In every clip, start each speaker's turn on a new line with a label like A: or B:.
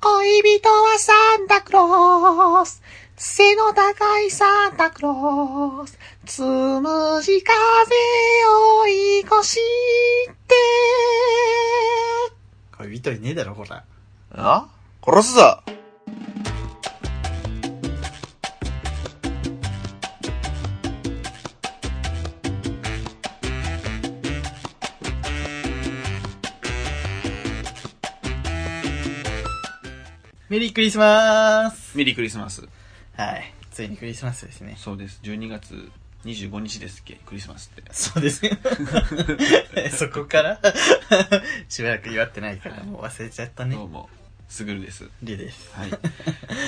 A: 恋人はサンタクロース。背の高いサンタクロース。つむじ風を追い越して。
B: 恋人いねえだろ、ほら。
C: あ殺すぞ
B: メリークリスマス
C: メリークリスマス。
B: はい。ついにクリスマスですね。
C: そうです。12月25日ですっけクリスマスって。
B: そうですね。 そこから しばらく祝ってないから、もう忘れちゃったね
C: ど。うも、すぐるです。
B: りゅうです。
C: はい。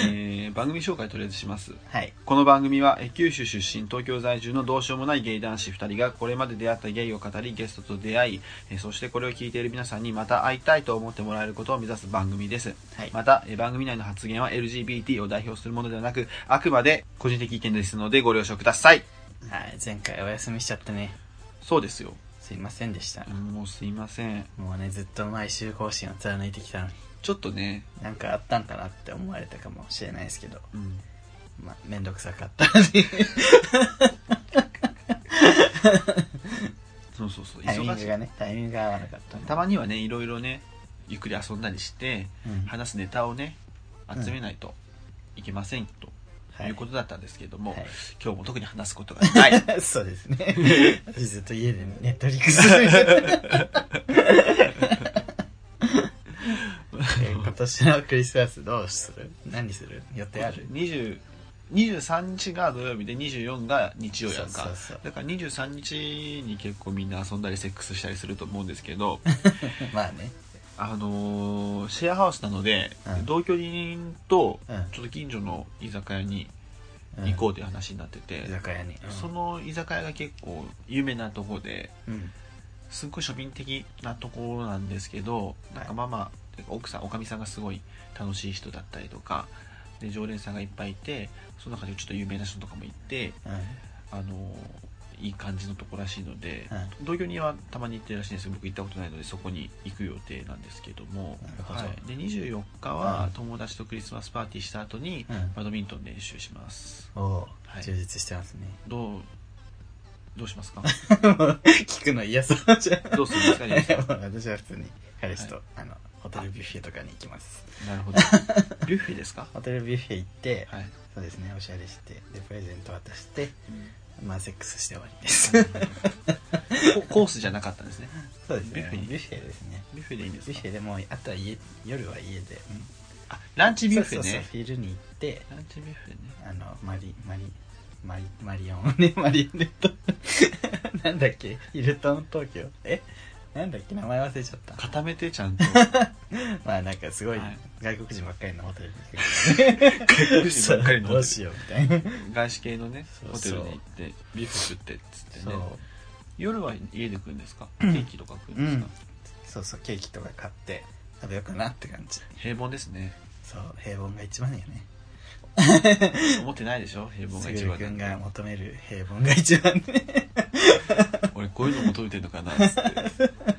C: えー、番組紹介とりあえずします。
B: はい。
C: この番組はえー九州出身東京在住のどうしようもないゲイ男子2人がこれまで出会ったゲイを語りゲストと出会いえーそしてこれを聞いている皆さんにまた会いたいと思ってもらえることを目指す番組です、
B: はい
C: またえー番組内の発言は LGBT を代表するものではなくあくまで個人的意見ですのでご了承ください
B: はい。前回お休みしちゃったね。
C: そうですよ
B: すいませんでした。
C: もうすいません
B: もうね、ずっと毎週更新を貫いてきたのに、
C: ちょっとね、
B: なんかあったんかなって思われたかもしれないですけど、
C: うん、
B: まあ、めんどくさか ったので、
C: そうそうそう
B: タイミン
C: 忙し
B: グ
C: い、
B: がね、タイミングが合わなかったんで
C: たまにはねいろいろねゆっくり遊んだりして
B: うんは
C: 話すネタをね集めないといけませんと、
B: い
C: いうことだったんですけれども、
B: はい
C: 今日も特に話すことが ない
B: そうですね。 私ずっと家でネットリックス見てたえ今年のクリスマスどうする何する予定ある
C: 20 23日が土曜日で24が日曜やんか
B: そうそうそう
C: だから23日に結構みんな遊んだりセックスしたりすると思うんです けど
B: まあね。
C: あのーシェアハウスなので、
B: うん
C: 同居人と
B: うん
C: ちょっと近所の居酒屋に
B: うん
C: 行こうという話になってて、
B: 居酒屋に。
C: その居酒屋が結構有名なとこで
B: うん。
C: すっごい庶民的なところなんですけどなんかママてか奥さんおかみさんがすごい楽しい人だったりとかで常連さんがいっぱいいてその中でちょっと有名な人とかもいて
B: うん。
C: あのいい感じのとこらしいので、
B: は
C: 同居人はたまに行ってるらしいんですけど僕行ったことないのでそこに行く予定なんですけども
B: なるほど
C: はい、で24日
B: う
C: は
B: ん
C: 友達とクリスマスパーティーした後に
B: うん
C: バドミントン練習します
B: おう
C: はい
B: 充実して ますね。
C: どうどうしますか
B: もう聞くの嫌そうじゃん。
C: どうするんですか ね
B: もう私は普通に彼氏と、あの、ホテルビュッフェとかに行きます。
C: なるほどビュッフェですか
B: ホテルビュッフェ行って、
C: はい
B: そうですね、おしゃれして、で、プレゼント渡して、
C: うん
B: まあ、セックスして終わりです。
C: ココースじゃなかったんですね
B: そうです
C: ビュ
B: ね
C: ッ。フェに
B: ビュッフェですね。
C: ビュッフェでいいんです
B: ビュッフ
C: か
B: ェでもう、あとは家、夜は家で。うん
C: あランチビュッフェね
B: そうそうそう昼に行って、
C: ランチビュッフェね
B: あの、マリ、マリ、マリ、マリオンね、 マリオンネット。なんだっけヒルトン東京。えなんだっけ名前忘れちゃった。
C: 固めてちゃ んと
B: まあなんかすごい
C: はい
B: 外国人ばっかりのホテルに行く
C: 外国人ばっかりのホ
B: どう
C: テ
B: し
C: ル
B: ようみたいな。
C: 外資系のね
B: そう
C: ホテ
B: そう
C: ルに行ってビュッフェ食ってっつって
B: そう
C: ね。夜は家で食うんですかケーキとか食うんですか、
B: うんそうそう、ケーキとか買って食べようかなって感じ。
C: 平凡ですね
B: そう、平凡が一番いいよね。
C: 思ってないでしょ平凡が
B: すぐ
C: 一
B: る
C: 番
B: く
C: だ
B: んが求める平凡が一番ね。
C: 俺こういうの求めてんのかなっつって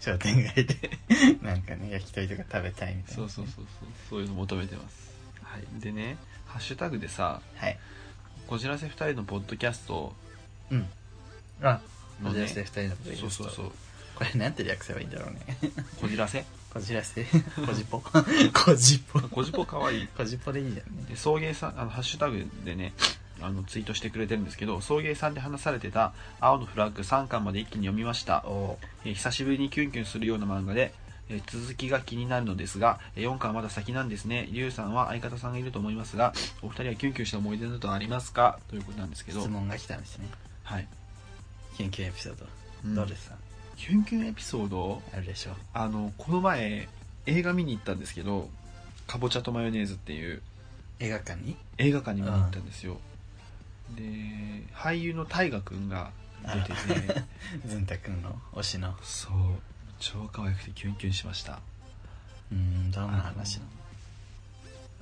B: 商店街で なんかね焼き鳥とか食べたいみたいな
C: そうそうそうそうそういうの求めてます、はい、でねハッシュタグでさ
B: はい
C: こじらせ2人のポッドキャスト
B: うんあこ
C: の
B: じ
C: ね
B: らせ2人のポッドキャス
C: そ
B: ト
C: うそうそう
B: これなんて略せばいいんだろうね
C: こじらせ
B: こじらせ こじぽ こじぽ
C: あこじぽかわいい
B: こじぽでいいじゃんね
C: で送迎さんあのハッシュタグでねあのツイートしてくれてるんですけど送迎さんで話されてた「青のフラッグ」3巻まで一気に読みました、
B: お
C: えー久しぶりにキュンキュンするような漫画で、えー続きが気になるのですがえー4巻はまだ先なんですねリュウさんは相方さんがいると思いますがお二人はキュンキュンした思い出などありますかということなんですけど
B: 質、問が来たんですね
C: はい
B: 緊急エピソード、
C: うん
B: どうですか
C: キュンキュンエピソード
B: あるでしょう
C: あのこの前映画見に行ったんですけど「かぼちゃとマヨネーズ」っていう
B: 映画館に
C: 映画館に見に行ったんですよ、で俳優の大河君が出てて
B: ずんたくんの推しの
C: そう超可愛くてキュンキュンしました
B: うんどんな話の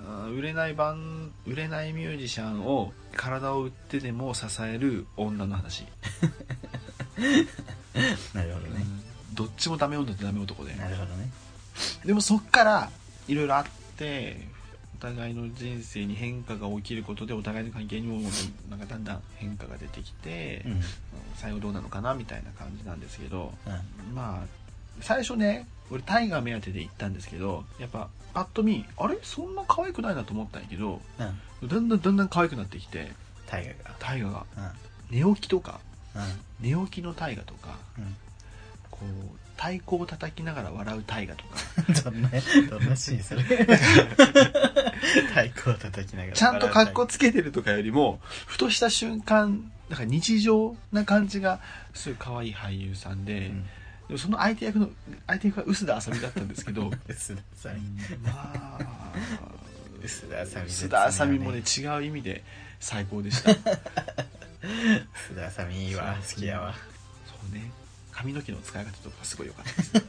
C: あー売れないバン売れないミュージシャンを体を売ってでも支える女の話、
B: なるほどね
C: どっちもダメ女とダメ男で
B: なるほどね
C: でもそっからいろいろあっってお互いの人生に変化が起きることでお互いの関係にもなんかだんだん変化が出てきて、
B: うん
C: 最後どうなのかなみたいな感じなんですけど
B: うん
C: まあ最初ね俺タイガー目当てで行ったんですけどやっぱぱっと見あれそんな可愛くないなと思ったんやけど
B: うん
C: だんだんだんだん可愛くなってきて
B: 大河が
C: タイガーが
B: うん
C: 寝起きとか
B: うん
C: 寝起きのタイガーとか
B: うん
C: こう太鼓を叩きながら笑うタイガーとか
B: どんな どんなシーンそれ 太鼓を叩きながら
C: ちゃんと格好つけてるとかよりもふとした瞬間なんか日常な感じがすごい可愛い俳優さんで,、
B: うん
C: でもその相手役の相手役は薄田あさみだったんですけど
B: 薄田さみ
C: まあ
B: 薄田あ さみの
C: 薄田あさみもね違う意味で最高 でした
B: 薄田あさみいいわ好きやわ
C: そうね髪の毛の使い方とかすごい良かった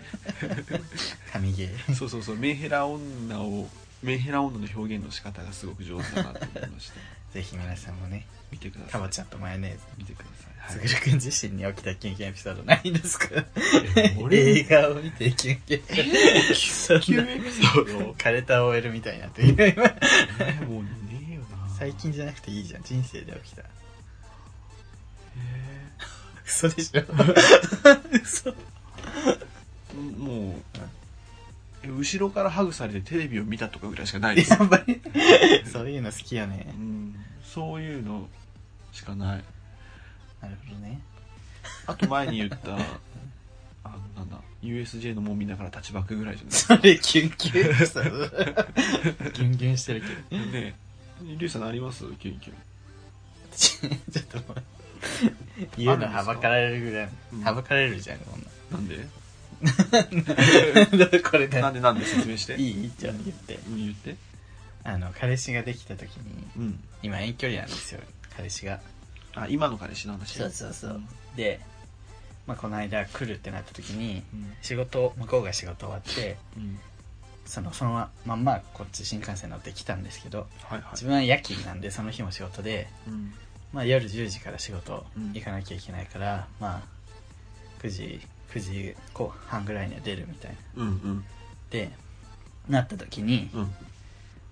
B: 神ゲー
C: そうそうそう、メンヘラ女を、メンヘラ女の表現の仕方がすごく上手だなと思いました。
B: ぜひ皆さんもね
C: 見てくださ
B: か
C: い。
B: ぼちゃんとマヨネーズ
C: 見てくださ
B: つ
C: い。
B: ぐるくん自身に起きたキュンキュンエピソードないんですか 映
C: 俺、
B: 画を見てキュンキュンそんな
C: キュンエピソード、
B: 枯れた OL みたいになってる今
C: もうねえよな。
B: 最近じゃなくていいじゃん人生で起きた
C: へ
B: 嘘でしょ嘘
C: えもう、え後ろからハグされてテレビを見たとかぐらいしかないです。
B: やっぱりそういうの好きよね
C: うん、そういうのしかない。
B: なるほどね
C: あと前に 言った、あの、なんだ、USJ のもん見ながら立ちバックぐらいじゃない
B: それキュンキュンエピソードキュンキュンしてるけ ど
C: ねえ、リュウさんありますキュンキュン。
B: ちちょっともう言うのはばかられるぐらい
C: うん
B: はばかられるじゃんこん
C: な んで
B: なこれ
C: なん
B: ね
C: でなんで説明し て。
B: いいじゃん言って
C: うん言って。
B: あの彼氏ができた時に
C: うん。
B: 今遠距離なんですよ彼氏が
C: あ、今の彼氏の話。
B: そうそ
C: うん
B: で、まあ、この間来るってなった時に
C: うん。
B: 仕事向こうが仕事終わって
C: うん。
B: そのそのまんまこっち新幹線乗って来たんですけど
C: はいは
B: 自分は夜勤なんでその日も仕事で、
C: い。うん。
B: まあ、夜10時から仕事行かなきゃいけないから、まあ9時9時後半ぐらいには出るみたいな
C: うんうん。
B: でなった時に、
C: うん。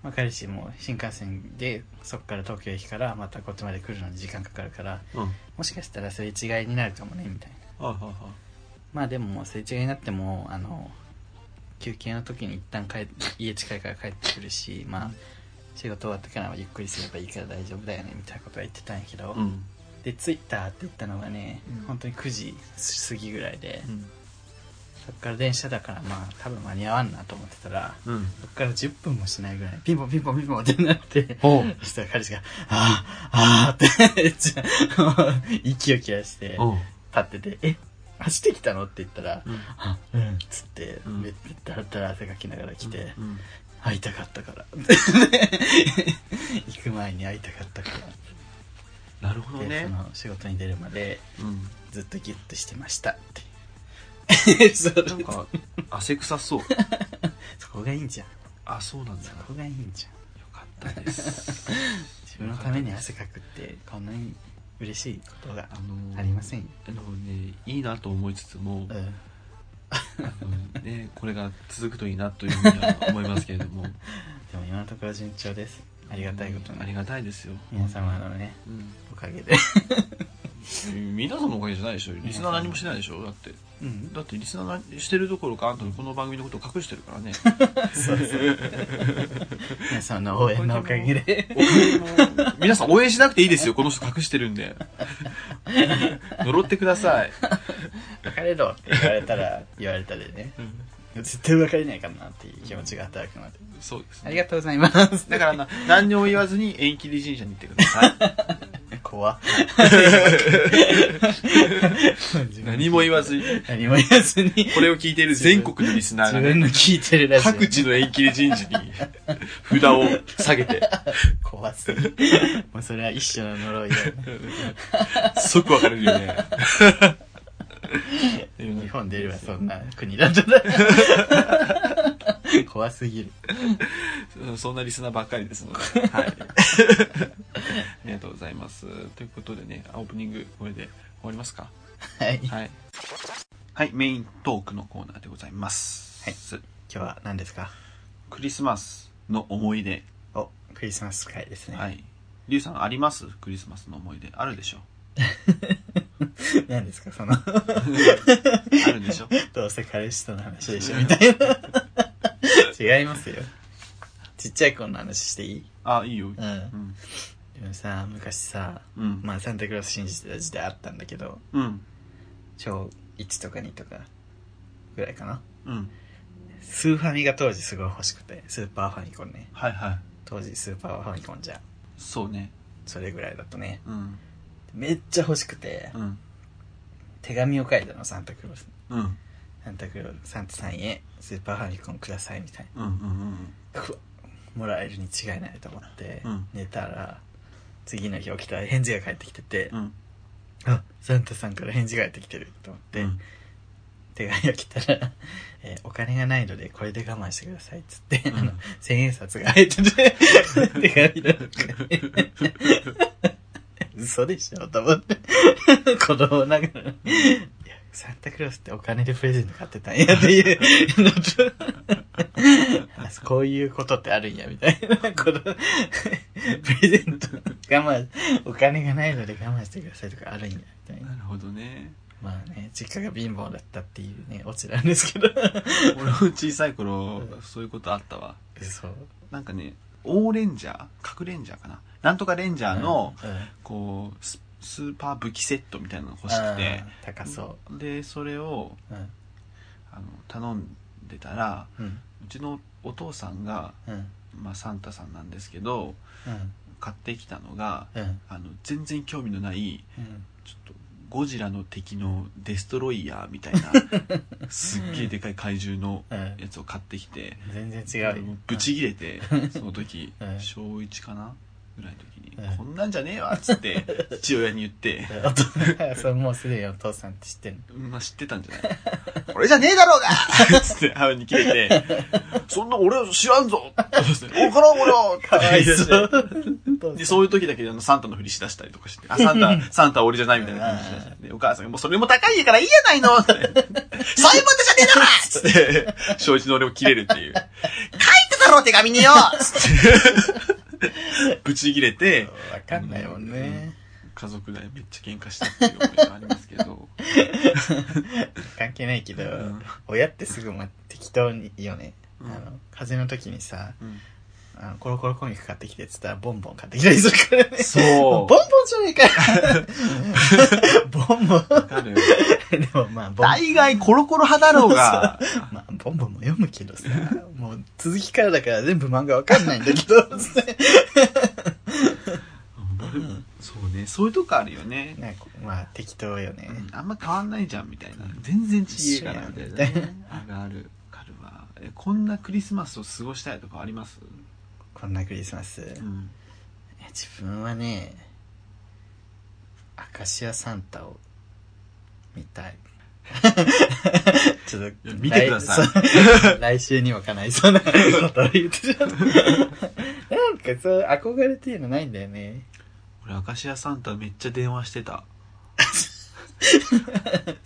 B: まあ、彼氏も新幹線でそこから東京駅からまたこっちまで来るのに時間かかるから
C: うん。はい
B: もしかしたらすれ違いになるかもねみたいな
C: はいはい。
B: まあでももうすれ違いになってもあの休憩の時に一旦帰っ家近いから帰ってくるしまあ仕事終わってからはゆっくりすればいいから大丈夫だよねみたいなことは言ってたんやけど、
C: うん。
B: でツイッターって言ったのがね、
C: うん
B: 本当に9時過ぎぐらいで、
C: うん。
B: そっから電車だからまあ多分間に合わんなと思ってたら
C: うん。
B: そっから10分もしないぐらいピンポンピンポンピンポンってなって
C: お
B: そしたら彼氏が「ああああ」ってめっちゃもう息を切らして
C: お
B: 立ってて「え走ってきたの?」って言ったら「
C: うん。
B: あうん」っつって
C: うん
B: めっちゃだら汗かきながら来て
C: うん。
B: 「会いたかった から」行く前に会いたかったから」
C: なるほど
B: で
C: ね
B: そ。の仕事に出るまで
C: うん。
B: ずっとギュッとしてましたって。 それ
C: なんか、汗臭そう。
B: そこがいいんじゃん。
C: あ、そうなんだ。
B: そ
C: よ
B: こがいいんじゃん。
C: かったです。
B: 自分のために汗かくってこんなに嬉しいことが
C: あのー
B: ありませんよ。
C: あのね、いいなと思いつつも
B: う、ん。
C: あのね、これが続くといいなというふうには思いますけれども。
B: でも今のところ順調です。 ありがたいこと
C: あり
B: に。
C: がたいですよ。
B: 皆様のね、
C: うん。
B: おかげで。
C: 皆さんのおかげじゃないでしょリスナー何もしてないでしょだって
B: うん。
C: だってリスナーなしてるどころかあんたのこの番組のことを隠してるか らね
B: そうそう。 皆様の応援のおかげで。
C: 皆さん応援しなくていいですよこの人隠してるん で呪ってください
B: 別れろって言われたら、言われたでね。絶対別れないかなっていう気持ちが働くので。
C: そうです
B: あり
C: ね
B: がとうございます。
C: だからな何にも言わずに縁切り神社に行ってください
B: 怖っ
C: 何も言わずに
B: 何も言わずに
C: これを聞いている全国のリスナー
B: 自
C: がね
B: 分の聞いてるラジオ
C: 各地の縁切り神社に 札を下げて
B: 怖すぎもうそれは一種の呪いだよね
C: 即別れるよね
B: 日本出ればそんな国だとだ怖すぎる
C: うんそんなリスナーばっかりですので、はい、 ありがとうございます。ということでね、オープニングこれで終わりますか。
B: はい今
C: はい。はい、メイントークのコーナーでございます。
B: はい。
C: す
B: 日は何ですか
C: クリスマス、の思い出。
B: おクリスマス会ですね、
C: はい。リュウさんありますクリスマスの思い出。あ るでしょ
B: 何ですかその
C: あるでしょ
B: どうせ彼氏との話でしょみたいな違いますよちっちゃい頃の話していい
C: あ、いいよ。う。
B: うんんでもさ昔さ
C: うん。
B: まあサンタクロース信じてた時代あったんだけど
C: うん。
B: 小1とか2とかぐらいかな
C: うん。
B: スーファミが当時すごい欲しくてスーパーファミコンね
C: はいはい。
B: 当時スーパーファミコンじゃん
C: そうね。
B: それぐらいだとね
C: うん。
B: めっちゃ欲しくて
C: うん。
B: 手紙を書いたのサンタクロースに
C: うん。うん
B: サンタクロースサンタさんへスーパーファミコンくださいみたい
C: うんうん
B: なうわもらえるに違いないと思って、
C: うん
B: 寝たら次の日起きたら返事が返ってきてて、
C: うん。うん。
B: あサンタさんから返事が返ってきてると思って、
C: うん
B: 手紙が来たら、 えーお金がないのでこれで我慢してください」っつって、
C: うん
B: あの千円札が入って て手紙の中に嘘でしょと思って子供ながらいやサンタクロースってお金でプレゼント買ってたんやっていうのとあこういうことってあるんやみたいなこのプレゼント我慢お金がないので我慢してくださいとかあるんやみたいな
C: なるほどね。
B: まあね、実家が貧乏だったっていうね、オチなんですけど。
C: 俺も小さい頃
B: う、
C: そういうことあったわ。
B: そう。
C: なんかね、オーレンジャー核レンジャーかななんとかレンジャーの、
B: うん、うん
C: こう、ススーパー武器セットみたいなの欲しくて
B: あ。ー高そ
C: で、それを、
B: う。うん。
C: あの、頼んでたら、
B: うん。
C: うちのお父さんが、
B: うん。
C: まあ、サンタさんなんですけど、
B: うん。
C: 買ってきたのが、
B: うん。
C: あの、全然興味のない、ちょっと、ゴジラの敵のデストロイヤーみたいな、すっげえでかい怪獣の
B: うん。
C: やつを買ってきて、
B: 全然違うよ
C: も。ぶち切れて、その時、
B: うん
C: 小1かなぐらいの時に、
B: うん
C: こんなんじゃねえわっつって、父親に言って、
B: うん。 お父さんそう、もうすでにお父さんって知ってるの。
C: まあ知ってたんじゃない 俺じゃねえだろうが つって、母に切れ て、そんな俺は知らんぞおからん俺は
B: かわいそう。
C: で、そういう時だけあのサンタのふりしだしたりとかして、あ、サンタ、サンタは俺じゃないみたいな感じしだした。で、お母さんが、もうそれも高い家からいいやないのって。そういうもんじゃねえだろ つって、正一の俺も切れるっていう。書いてたろ手紙によつって、ぶち切れて、
B: わかんないもんね。
C: 家族でめっちゃ喧嘩したっていう思いがありますけど。
B: 関係ないけど、
C: うん
B: 親ってすぐま適当にいいよね。
C: うん
B: あの、風邪の時にさ、
C: うん
B: あのコロコロコミック買ってきてって言ったら、ボンボン買ってきたりするからね。ボ
C: そ
B: ンボンじゃねえか ボンボ
C: う。わかる。
B: ン。でもまあ、ボン、
C: 大概コロコロ派だろうが。
B: まあ、ボンボンも読むけどさ、もう続きからだから全部漫画わかんないんだけ ど、ん
C: そうね、そういうとこあるよね。
B: なんかまあ、適当よね。
C: うんあんま変わんないじゃんみたいな。全然ちげえからみたいなね
B: 一緒や。
C: あるある。わかるわ。え、こんなクリスマスを過ごしたいとかあります
B: こんなクリスマス。
C: うん。
B: いや自分はね、アカシアサンタを見たい。 ちょっ
C: いや
B: と、
C: 見てください
B: 来。そう来週にもかないそうなことを言って た。なんかそう、憧れっていうのないんだよね。
C: 俺、アカシアサンタめっちゃ電話してた。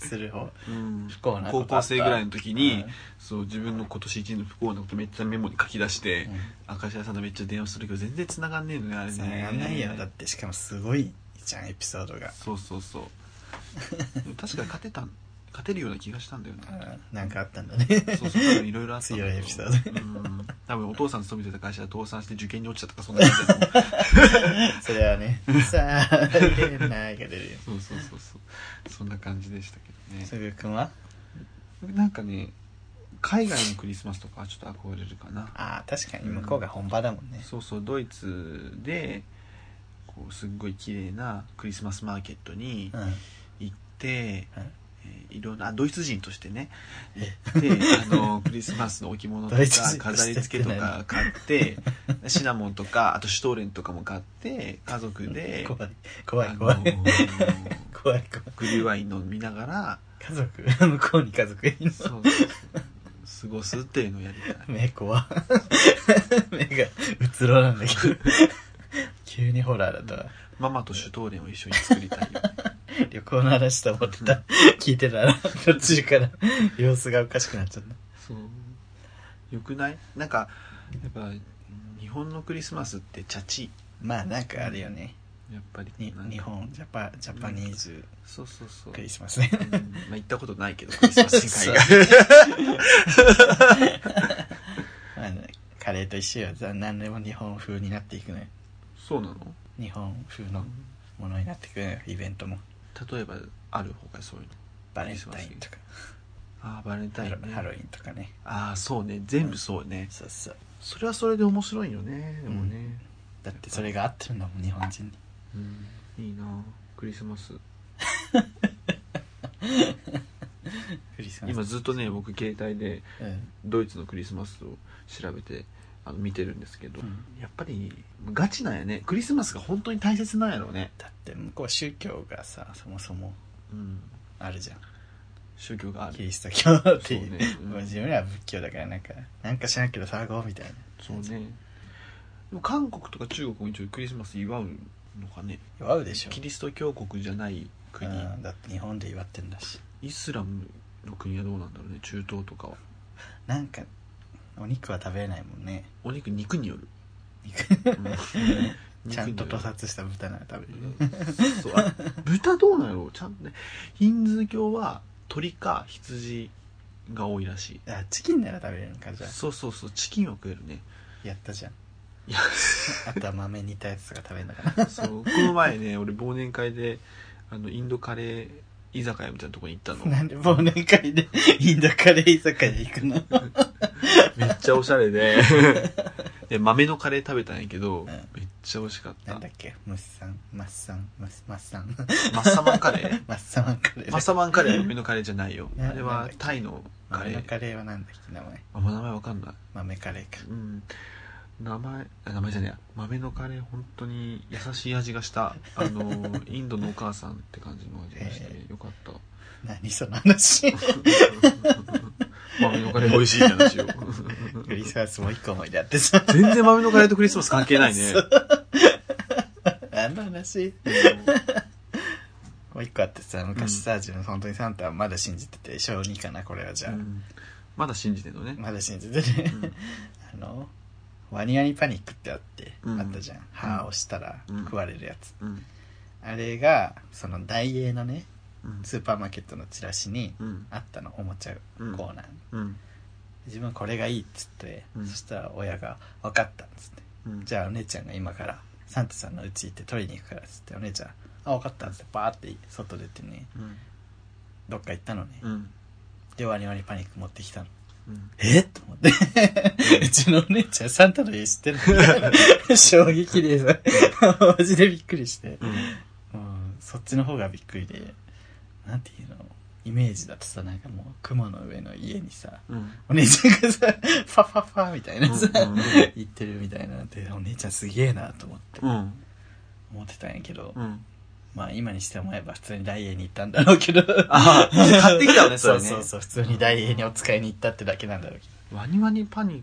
B: する方。
C: うん
B: 不幸なこ
C: 高
B: とあ
C: 校
B: った
C: 生ぐらいの時に、そう、自分の今年一年の不幸なことめっちゃメモに書き出して、アカシアサンタめっちゃ電話するけど全然繋がんねえのね、あれね。
B: さやんないよ。だって、しかもすごいじゃん、エピソードが。
C: そうそうそう。でも確か勝てたん、勝てるような気がしたんだよね。
B: なんかあったんだ ね。
C: そうそう、多分いろいろあったんだ
B: 強い
C: けど
B: エピソー
C: うん。多分お父さん勤めてた会社は倒産して受験に落ちちゃったか、そんな感じだと思
B: それは ね、さあ、変なが出るよ。
C: うそうそうそうそう。そんな感じでしたけ
B: すぐくんは
C: どね。なんかね、海外のクリスマスとかはちょっと憧れるかな。
B: ああ、確かに向こうが本場だもんね。
C: そうそう、ドイツで、こう、すっごい綺麗なクリスマスマーケットに
B: うん。
C: 行って、
B: うん
C: えーいろんなあドイツ人としてね行ってあのクリスマスの置物と
B: ド
C: か
B: イツ人として
C: 飾り付けとか買ってシナモンとかあとシュトーレンとかも買って家族で
B: 怖い怖い
C: あの
B: 怖い怖い怖い
C: グリューワイン飲みながら
B: 家族 向こうに家族いる
C: そうそうそう過ごすっていうのをやりたい
B: の目怖い 目がうつろなんだけど 急にホラーだとは
C: ママとシュトーレンを一緒に作りたいよね
B: 旅行の話と思ってた聞いてたら途中から様子がおかしくなっちゃった
C: そうよくないなんかやっぱ日本のクリスマスってチャチ
B: まあなんかあれよね
C: やっぱり
B: に
C: なんか
B: 日本ジャパジャパニーズ
C: そうそうそう
B: クリスマスね
C: うんまあ行ったことないけど クリスマス以外
B: まあカレーと一緒よざ何でも日本風になっていくのよ
C: そうなの
B: 日本風のものになっていくのよイベントも
C: 例えばある他にそういうの
B: バレンタインとか
C: ああバレンタ
B: ハ
C: イ
B: ロ,、
C: ン、ね、
B: ハロウィンとかね
C: ああそうね全部そうね、
B: そうそう
C: それはそれで面白いよねでもね、
B: だってそれが合ってるんだもん日本人に
C: いいなあクリスマス
B: クリスマス
C: 今ずっとね僕携帯で
B: うん
C: ドイツのクリスマスを調べてあの見てるんですけど、
B: うん
C: やっぱりガチなんやねクリスマスが本当に大切なんやろうね、
B: だって向こう宗教がさそもそも
C: うん、
B: あるじゃん
C: 宗教があ
B: キ
C: る
B: リスト教っていう
C: そうねうん
B: もう自分らは仏教だからなんかなんかしなけど騒ごうみたいな
C: そうねでも韓国とか中国も一応クリスマス祝うのかね
B: 祝うでしょ
C: キリスト教国じゃない国
B: うんだって日本で祝ってんだし
C: イスラムの国はどうなんだろうね中東とかは
B: なんかお肉は食べれないもんね
C: お肉肉による
B: 肉
C: うん
B: ちゃんと
C: 肉に
B: 屠
C: よる
B: 殺した豚なら食べれる
C: そうあ豚どうなんやろうちゃんとねヒンズー教は鳥か羊が多いらしい
B: あチキンなら食べれるのかじゃあ
C: そうそうそうチキンは食えるね
B: やったじゃん
C: いや
B: あとは豆煮たやつが食べるのかな
C: そうこの前 ね俺忘年会であのインドカレー居酒屋みたいなとこに行ったの
B: なんで忘年会でインドカレー居酒屋に行くの
C: めっちゃおしゃ れでで豆のカレー食べたんやけど、めっちゃ美味しかっ
B: な
C: た
B: んだっけムッサンマッサンマッマッサン
C: マッサマンカレー
B: マッサマンカレー
C: マッサマンカレーは梅のカレーじゃないよ
B: な
C: あれ
B: なん
C: は
B: だっけ
C: タイのカレ
B: 豆の
C: ー
B: カレーはなんだっけ名前
C: あもう名前わかんない
B: 豆カレーか
C: うん名前あ名前じゃねえや豆のカレー本当に優しい味がしたあの インドのお母さんって感じの味がして、
B: へ
C: よかった
B: 何その 話
C: 豆のカレー美味しいって 話を
B: クリスマスもう一個思い出あってさ
C: 全然豆のカレーとクリスマス関係ない ね
B: そうあの話もう一個あってさ昔さ、自分本当にサンタはまだ信じてて小2かなこれはじ
C: う
B: ゃあ、
C: んまだ信じてんのね、
B: まだ信じてね、
C: うん
B: あのワニワニパニックってあって、
C: うん
B: あったじゃん歯を押したら
C: うん
B: 食われるやつ、
C: うん
B: あれがそのダイエーのね
C: うん
B: スーパーマーケットのチラシに
C: うん
B: あったのおもちゃコ
C: うん
B: ーナーに、
C: うん
B: 自分これがいいっつって、
C: うん
B: そしたら親が「分かった」っつって
C: うん
B: じゃあお姉ちゃんが今からサンタさんの家行って取りに行くからっつってお姉ちゃん「あ分かった」っつってバーって外出てね
C: うん
B: どっか行ったのね、
C: うん
B: でワニワニパニック持ってきたの
C: うん
B: えっと思 って。うちのお姉ちゃんサンタの家知ってるの 衝撃でさ、 マジでびっくりして。うん、そっちの方がびっくりで、なんていうのイメージだとさ、なんかもう雲の上の家にさ、
C: うん
B: お姉ちゃんがさ、ファファファみたいなさ、
C: うんうんうん
B: 言ってるみたいなんで、お姉ちゃんすげえなと思って、
C: うん
B: 思ってたんやけど、
C: うん
B: まあ今にして思えば普通にダイエーに行ったんだろうけど。
C: あー買ってきたのねそれね
B: そうそうそう、普通にダイエーにお使いに行ったってだけなんだろうけど。
C: ワニワニパニッ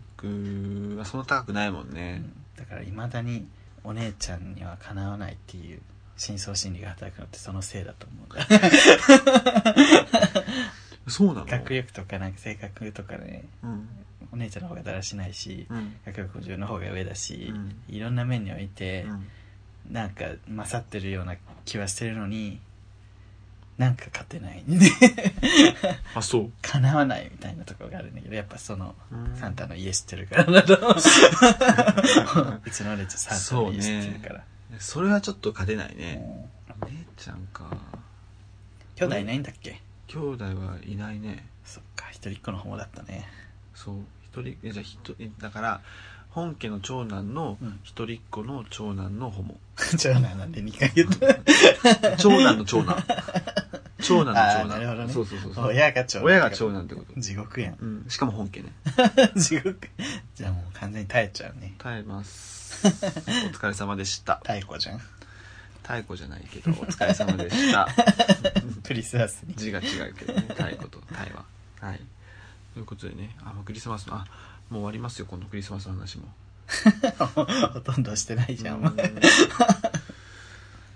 C: クはそんな高くないもんね、
B: だからいまだにお姉ちゃんにはかなわないっていう深層心理が働くのってそのせいだと思うんだ
C: そうなの
B: 学力とかなんか性格とかね
C: うん
B: お姉ちゃんの方がだらしないし
C: うん
B: 学力も自分の方が上だし、
C: うん
B: いろんな面において
C: うん
B: なんか勝ってるような気はしてるのになんか勝てない
C: あそう
B: かなわないみたいなところがあるんだけどやっぱその
C: うん
B: サンタの家知ってるからだ とうちのお姉ちゃんサンタの家知ってるから、
C: それはちょっと勝てないね
B: ね、
C: 姉ちゃんか
B: 兄弟いないんだっけ
C: 兄弟はいないね
B: そっか一人っ子の方だった ね
C: そう一人えじゃあひとえだから本家の長男の
B: うん
C: 一人っ子の長男のホモ
B: 長男なんで2回言った
C: 長男の長 男長男の長
B: あー
C: 男
B: なるほどね
C: そうそうそうそう
B: 親が長男
C: 親が長男ってこと、
B: 地獄やん
C: うん、しかも本家ね
B: 地獄じゃあもう完全に耐えちゃうね
C: 耐えます お疲れ様でした
B: 太鼓じゃん
C: 太鼓じゃないけどお疲れ様 でした
B: クリスマスに
C: 字が違うけどね太鼓とタイははいということでねあもうクリスマスのあもう終わりますよこのクリスマスの話も
B: ほとんどしてないじゃんお前
C: うーんは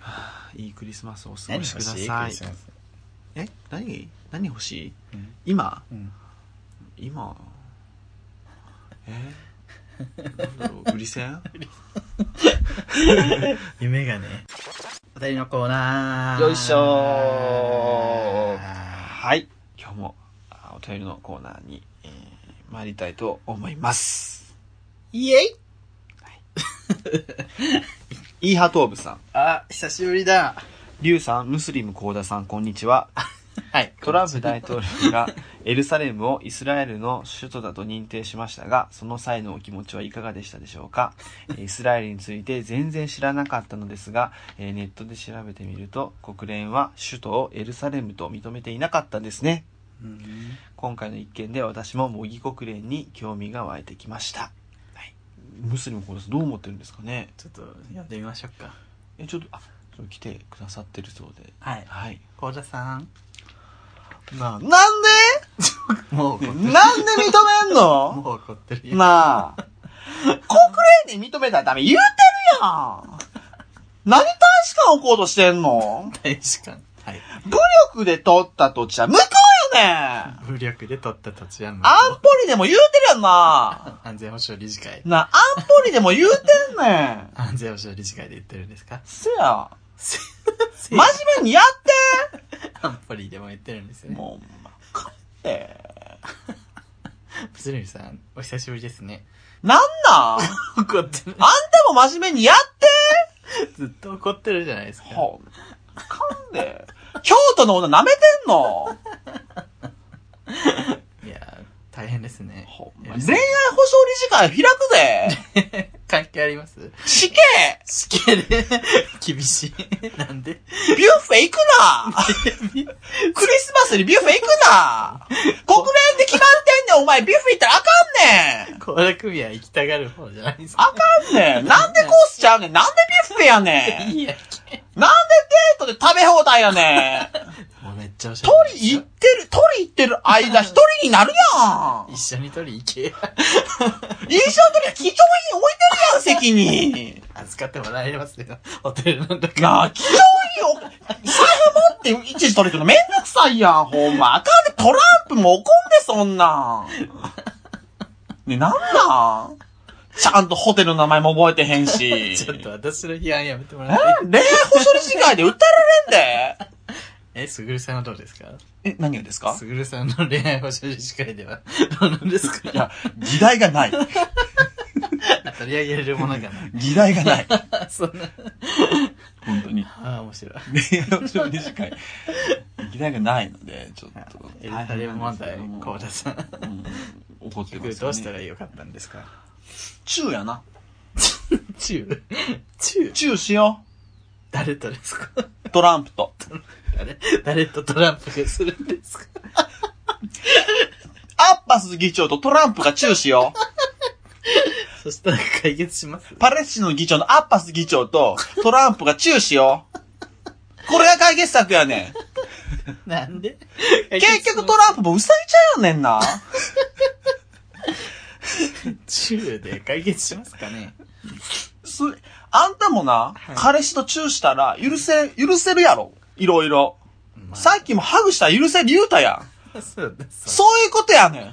C: あいいクリスマスをお過
B: 何
C: ごしく
B: 欲
C: だ
B: しい
C: さ
B: ク
C: い
B: リスマス
C: え何何欲しい
B: うん
C: 今
B: うん
C: 今えなんだろう、グリセン
B: 夢がね。お便りのコーナー。
C: よいしょーはい。今日もあお便りのコーナーに、えー参りたいと思います。
B: イエイ
C: イーハトーブさん、
B: あ、久しぶりだ。
C: リュウさん、ムスリムコーダさん、こんにちは。
B: はい。
C: トランプ大統領が エルサレムをイスラエルの首都だと認定しましたが、その際のお気持ちはいかがでしたでしょうかえーイスラエルについて全然知らなかったのですが、えーネットで調べてみると、国連は首都をエルサレムと認めていなかったんですね。
B: うん
C: 今回の一件で私も模擬国連に興味が湧いてきました。はい、ムスリムコーラスどう思ってるんですかね
B: ちょっと読んでみましょうか。
C: え、ちょっと、あ、ちょっと来てくださってるそうで。
B: はい。
C: はい。
B: コーダさん。
C: な、なんで
B: もう怒
C: な
B: っ
C: ん
B: て
C: で
B: る。
C: 認めんの
B: も う怒ってるよ。
C: なあ。国連に認めたらダメ言うてるやん。何大使館置こうとしてんの
B: 大使館。はい。
C: 武力で取った土地は向こうよねん
B: 武力で取った土地やんの。
C: 安保理でも言うてるやんな。
B: 安全保障理事会。
C: なあ、安保理でも言うてんねん。
B: 安全保障理事会で言ってるんですか
C: せや。 真
B: マジ
C: 面目にやっ
B: 安保理でも言ってるんです
C: て
B: ね。
C: もう、まかって。
B: プスルミさん、お久しぶりですね。
C: なん なんあん
B: 怒ってる。
C: たも真面目にやって
B: ずっと怒ってるじゃないですか。
C: ほん、かんで。京都の女舐めてんの
B: いやー、大変ですね。
C: ほん
B: いや
C: ま恋愛保障理事会開くぜ
B: 関係あります
C: 死刑
B: 死刑で、 厳しい。なんで
C: ビュッフェ行くなクリスマスにビュッフェ行くな国連で決まってんねんお前ビュッフェ行ったらあかんねん
B: 高田組合行きたがる方じゃないです
C: あ
B: か。
C: かんねんなんでコースちゃうねんなんでビュッフェやねん
B: いいや、
C: なんでデートで食べ放題やねん
B: もうめっちゃおしゃれで
C: 取
B: す
C: り
B: よ。
C: 行ってる、取り行ってる間一人になるやん
B: 一緒に取り行け。
C: 一緒の時は貴重品置いてるやん、席に
B: 預かってもらえますけど、ホテルなんだから。
C: なあ、貴重品を、財布持っていちいち取り行くのめんどくさいやん、ほんま。あかんで、トランプも怒んで、そん なん。ね、なんなんちゃんとホテルの名前も覚えてへんし。
B: ちょっと
C: え
B: 私の批判やめてもらっていい
C: 恋愛保障理事会で訴えられん
B: え、すぐるさんはどうですか
C: で。え、何がですか
B: すぐるさんの恋愛保障理事会では、 どうなんですか
C: いや、議題がない。
B: 取り上げれるもの がない。
C: 議題がない。
B: そんな。
C: 本当に。
B: ああ、面白い。
C: 恋愛保障理事会。議題がないので、ちょっと。
B: エルサレム問題
C: 大変なんですけど、
B: コ
C: も
B: ーダさん。
C: うん怒ってます、ね。
B: 僕どうしたらよかったんですか
C: チューやな。
B: チューチュー
C: チューしよ
B: 誰とですか
C: う。トランプと。
B: 誰誰とトランプがするんですか
C: アッバス議長とトランプがチューしよう。
B: そしたら解決します
C: パレスチナの議長のアッバス議長とトランプがチューしよう。これが解決策やね
B: なんで
C: ん。結局トランプもウサギちゃうやねんな。
B: チューで解決しますかね
C: す、あんたも
B: は
C: な、
B: い
C: 彼氏とチューしたら許せ、許せるやろ。いろいろ。さっきもハグしたら許せる言うたやん。
B: そうです。
C: そういうことやねん。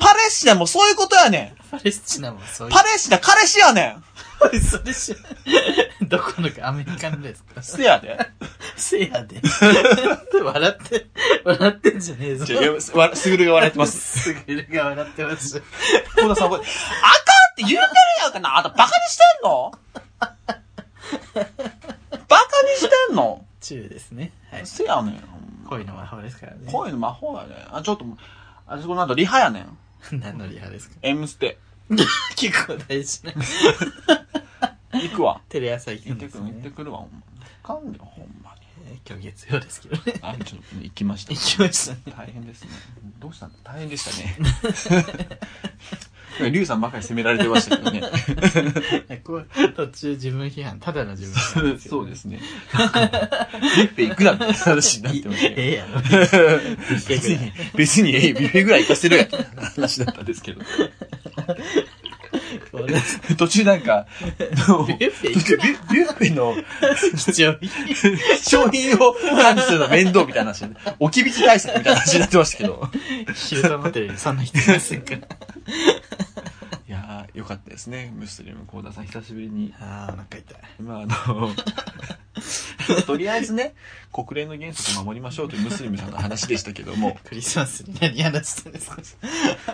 C: パレスチナもそういうことやねん。
B: パレスチナもそういう
C: パ。レスチナ彼氏やねん。
B: それしどこのかアメリカのですか
C: せやで。
B: せやで。笑って、笑ってんじゃねえぞ。
C: ちょいやすわすぐるが笑ってます。
B: すぐるが笑ってます。
C: 小田さん、これ、あかんって言うてるやんかな。あんたバカにしてんのバカにしてんの
B: チューですね。はい。
C: せやねん。
B: 恋の魔法ですからね。
C: 声の魔法やねん。あ、ちょっと、あそこなんとリハやねん。
B: 何のリハですか
C: M ステ。
B: 結構大事な。
C: 行くわ。
B: テレ朝行く
C: 行っ
B: ん
C: て
B: で
C: く
B: す
C: る、行って
B: ね。
C: くるわ、ほんま。あかんで、ほんまに。
B: えー今日月曜ですけど ね。
C: あ、ちょっと、行きました。
B: 行きましたね。
C: 大変ですね。どうしたの大変でした ね。リュウさんばかり責められてましたけどね。
B: こう途中自分批判、ただの自分批判
C: そうですすね。ビュッフェ行くなって話になってまし
B: けど。
C: たけ ど
B: ええやろ。
C: 別に、別に、え、ビュッフェぐらい行かせるやん、話だったんですけど。
B: これ
C: 途中なんか、の
B: ビュッフェ
C: 途
B: 行
C: 中ビュビュッフェの
B: 貴重品。
C: 商品を管理するの面倒みたいな話で、置き引き対策みたいな話になってましたけど。
B: ヒルトンホテルにそんな人いませんから。
C: いやー良かったですねムスリム幸田さん久しぶりに
B: ああ、なんか痛い。
C: まああのとりあえずね国連の原則を守りましょうというムスリムさんの話でしたけども
B: クリスマスに何話したんですか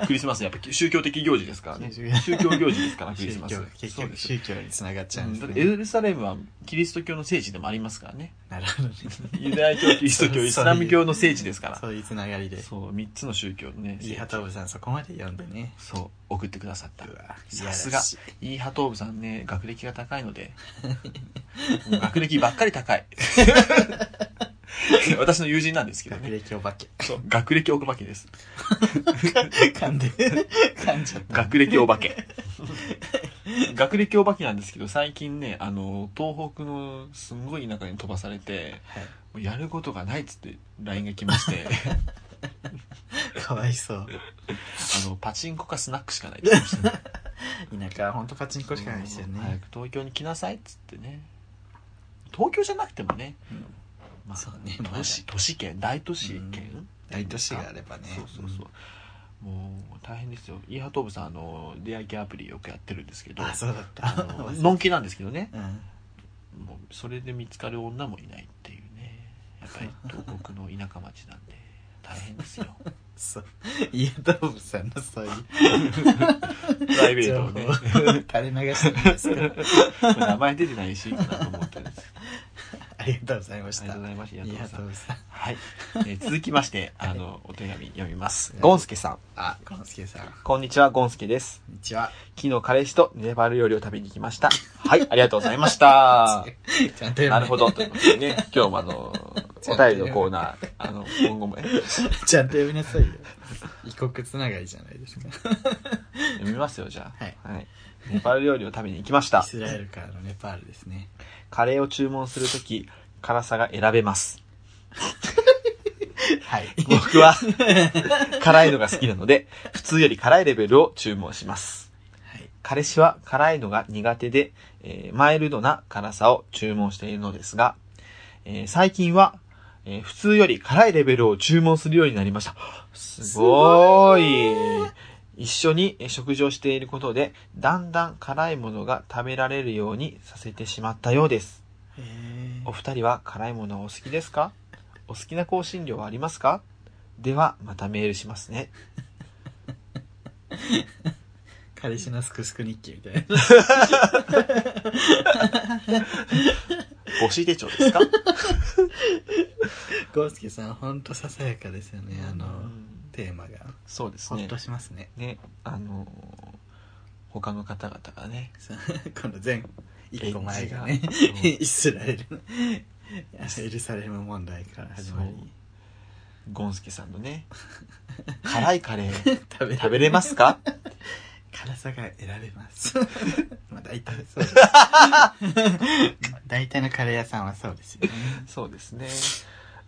C: クリスマスやっぱ宗教的行事で すからね
B: 宗教
C: 宗教行事ですからクリス
B: 宗
C: マス
B: 教、結
C: そうで
B: 局
C: すよ
B: 宗教に繋がっちゃう
C: うんん
B: で
C: だ
B: す
C: ってエ
B: ね。
C: ルサレムはキリスト教の聖地でもありますからね
B: なるほどね。
C: ユダヤ教キリスト教イスラム教の聖地ですから
B: そういう繋がりで。
C: そう3つの宗教のね
B: イーハトーブさんそこまで読んでね。
C: そう送ってくださったさす
B: い
C: が
B: やらしい
C: イーハトーブさんね学歴が高い のでもう学歴ばっかり高い私の友人なんですけど
B: 学
C: ね
B: 歴お化 け。
C: そう学歴お化けです
B: 噛んで、噛んじゃった。
C: 学歴お 化け学歴お化けなんですけど最近ねあの東北のすんごい田舎に飛ばされて
B: はい
C: もうやることがないっつって LINE が来まして
B: かわいそう。
C: あのパチンコかスナックしかないって言ってましたね
B: 田舎はほんとパチンコしかないですよ
C: うん早
B: ね。
C: く東京に来なさいっつってね東京じゃなくてもね、
B: うん
C: まあ
B: そうね
C: 都市都市圏大都市
B: う
C: 圏
B: 大都市があればね。
C: そうそうそう、もう大変ですよイーハトーブさんあの出会い系アプリよくやってるんですけど
B: あ、そうだった。
C: あ ののんきなんですけどね
B: うん。
C: もうそれで見つかる女もいないっていうねやっぱり東北の田舎町なんで大変ですよ
B: そう。イーハトーブさんのそういう
C: プライベー
B: 情
C: ト
B: 報
C: を
B: を
C: ね
B: 垂れ流してるんですけど。
C: 名前出てないしいいかなと思って るんです
B: ありがとうございまし
C: あり
B: た。
C: がとうございますイーハトーブさん
B: うございます。
C: はい、えー続きまして、あの、お手紙読みます。
B: はい
C: ゴンスケさん。
B: あ、このすけさん。こ
C: こんにちは、ゴンスケです。
B: んにちは。
C: 昨日、彼氏とネパール料理を食べに行きました。はい、ありがとうございま した。
B: ちゃんと読め
C: なる ほど。ということでね、今日もあの、お便りのコーナー、あの、今後もね
B: ちゃんと読みなさいよ。異国つながりじゃないですか。
C: 読みますよ、じゃあ。
B: はい
C: ネパール料理を食べに行きまし
B: イ
C: た。
B: スラエルからのネパールですね。
C: カレーを注文するとき、辛さが選べます。
B: はい。
C: 僕は、辛いのが好きなので、普通より辛いレベルを注文します。
B: はい。
C: 彼氏は辛いのが苦手で、えーマイルドな辛さを注文しているのですが、えー最近は、えー普通より辛いレベルを注文するようになりました。すごーい。一緒にえー食事をしていることで、だんだん辛いものが食べられるようにさせてしまったようです。
B: えー
C: お二人は辛いものお好きですかお好きな香辛料はありますかでは、またメールしますね。
B: 彼氏のすくすく日記みたいな。
C: 母子手帳ですか
B: ゴースケさん、ほんとささやかですよね。あの、
C: うん
B: テーマが。
C: そうです
B: ほ
C: ね。
B: っとしますね。
C: ねあのー他の方々がね
B: そうこの前、一個前がね
C: エッ、ジが
B: イスラエルの、あのエルサレム問題から始まり、
C: ゴンスケさん のね辛いカレー
B: 食べ
C: 食べれますか
B: 辛さが選べます。まあ大体そうです。大体のカレー屋さんはそうですよね。
C: そうですね、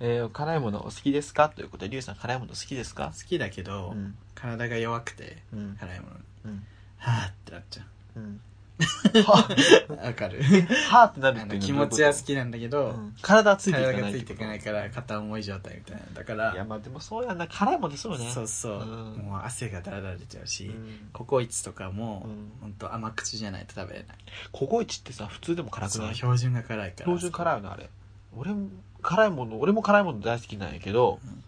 C: えー辛いものお好きですかということでリュウさん辛いもの好きです
B: 好
C: か
B: きだけど、
C: うん
B: 体が弱くて、
C: うん
B: 辛いものに。
C: うん
B: はぁってなっちゃ
C: うん
B: う。わか る
C: はーってな
B: あ
C: るっ
B: の
C: ていうの
B: 気持ちは好
C: き、
B: きなんだけど、
C: うん体はついていか
B: 体
C: な
B: が
C: い
B: ついていかない
C: い
B: から片思い状態みたいな。だか
C: いや
B: ら、
C: まあでもそうやんな辛いもんでそうよね
B: そうそう、
C: うん
B: もう汗がだらだら出ちゃうし、
C: うん
B: ココイチとかも、
C: うん
B: ほんと甘口じゃないと食べれない。
C: ココイチってさ普通でも辛く
B: そ
C: な
B: う
C: い
B: 標準が辛いから。
C: 標準辛いよねあれ俺も辛いもの俺も辛いもの大好きなんやけど、
B: うん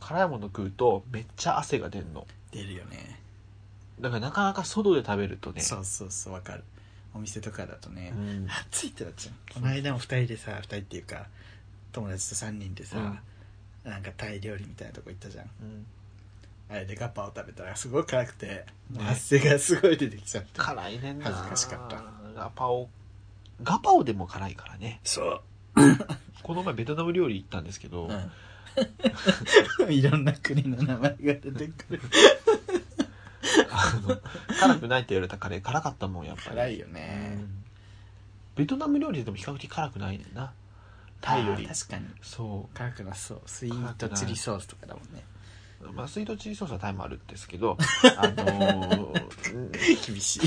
C: 辛いもの食うとめっちゃ汗が出んの
B: 出るよね。
C: だからなかなか外で食べるとね
B: そうそうそう、わかる。お店とかだとね、
C: うん
B: 暑いってなっちゃうこの間も2人でさ2人っていうか友達と3人でさ、なんかタイ料理みたいなとこ行ったじゃん
C: うん
B: あれでガパオ食べたらすごい辛くてもう汗がすごい出てきちゃって、
C: 辛いねんな
B: 恥ずかしかった
C: ガパオガパオでも辛いからね
B: そう、
C: この前ベトナム料理行ったんですけど、
B: うん、いろんな国の名前が出てくる
C: あの辛くないって言われたカレー辛かったもんやっぱり
B: 辛いよ
C: う
B: ね、
C: んベトナム料理でも比較的辛くないねんなタイより
B: あー確かに
C: そう
B: 辛くなそうスイートチリソースとかだもん ね
C: まあ、水道チリソースはタイムあるんです けど、あのーうん
B: 厳しい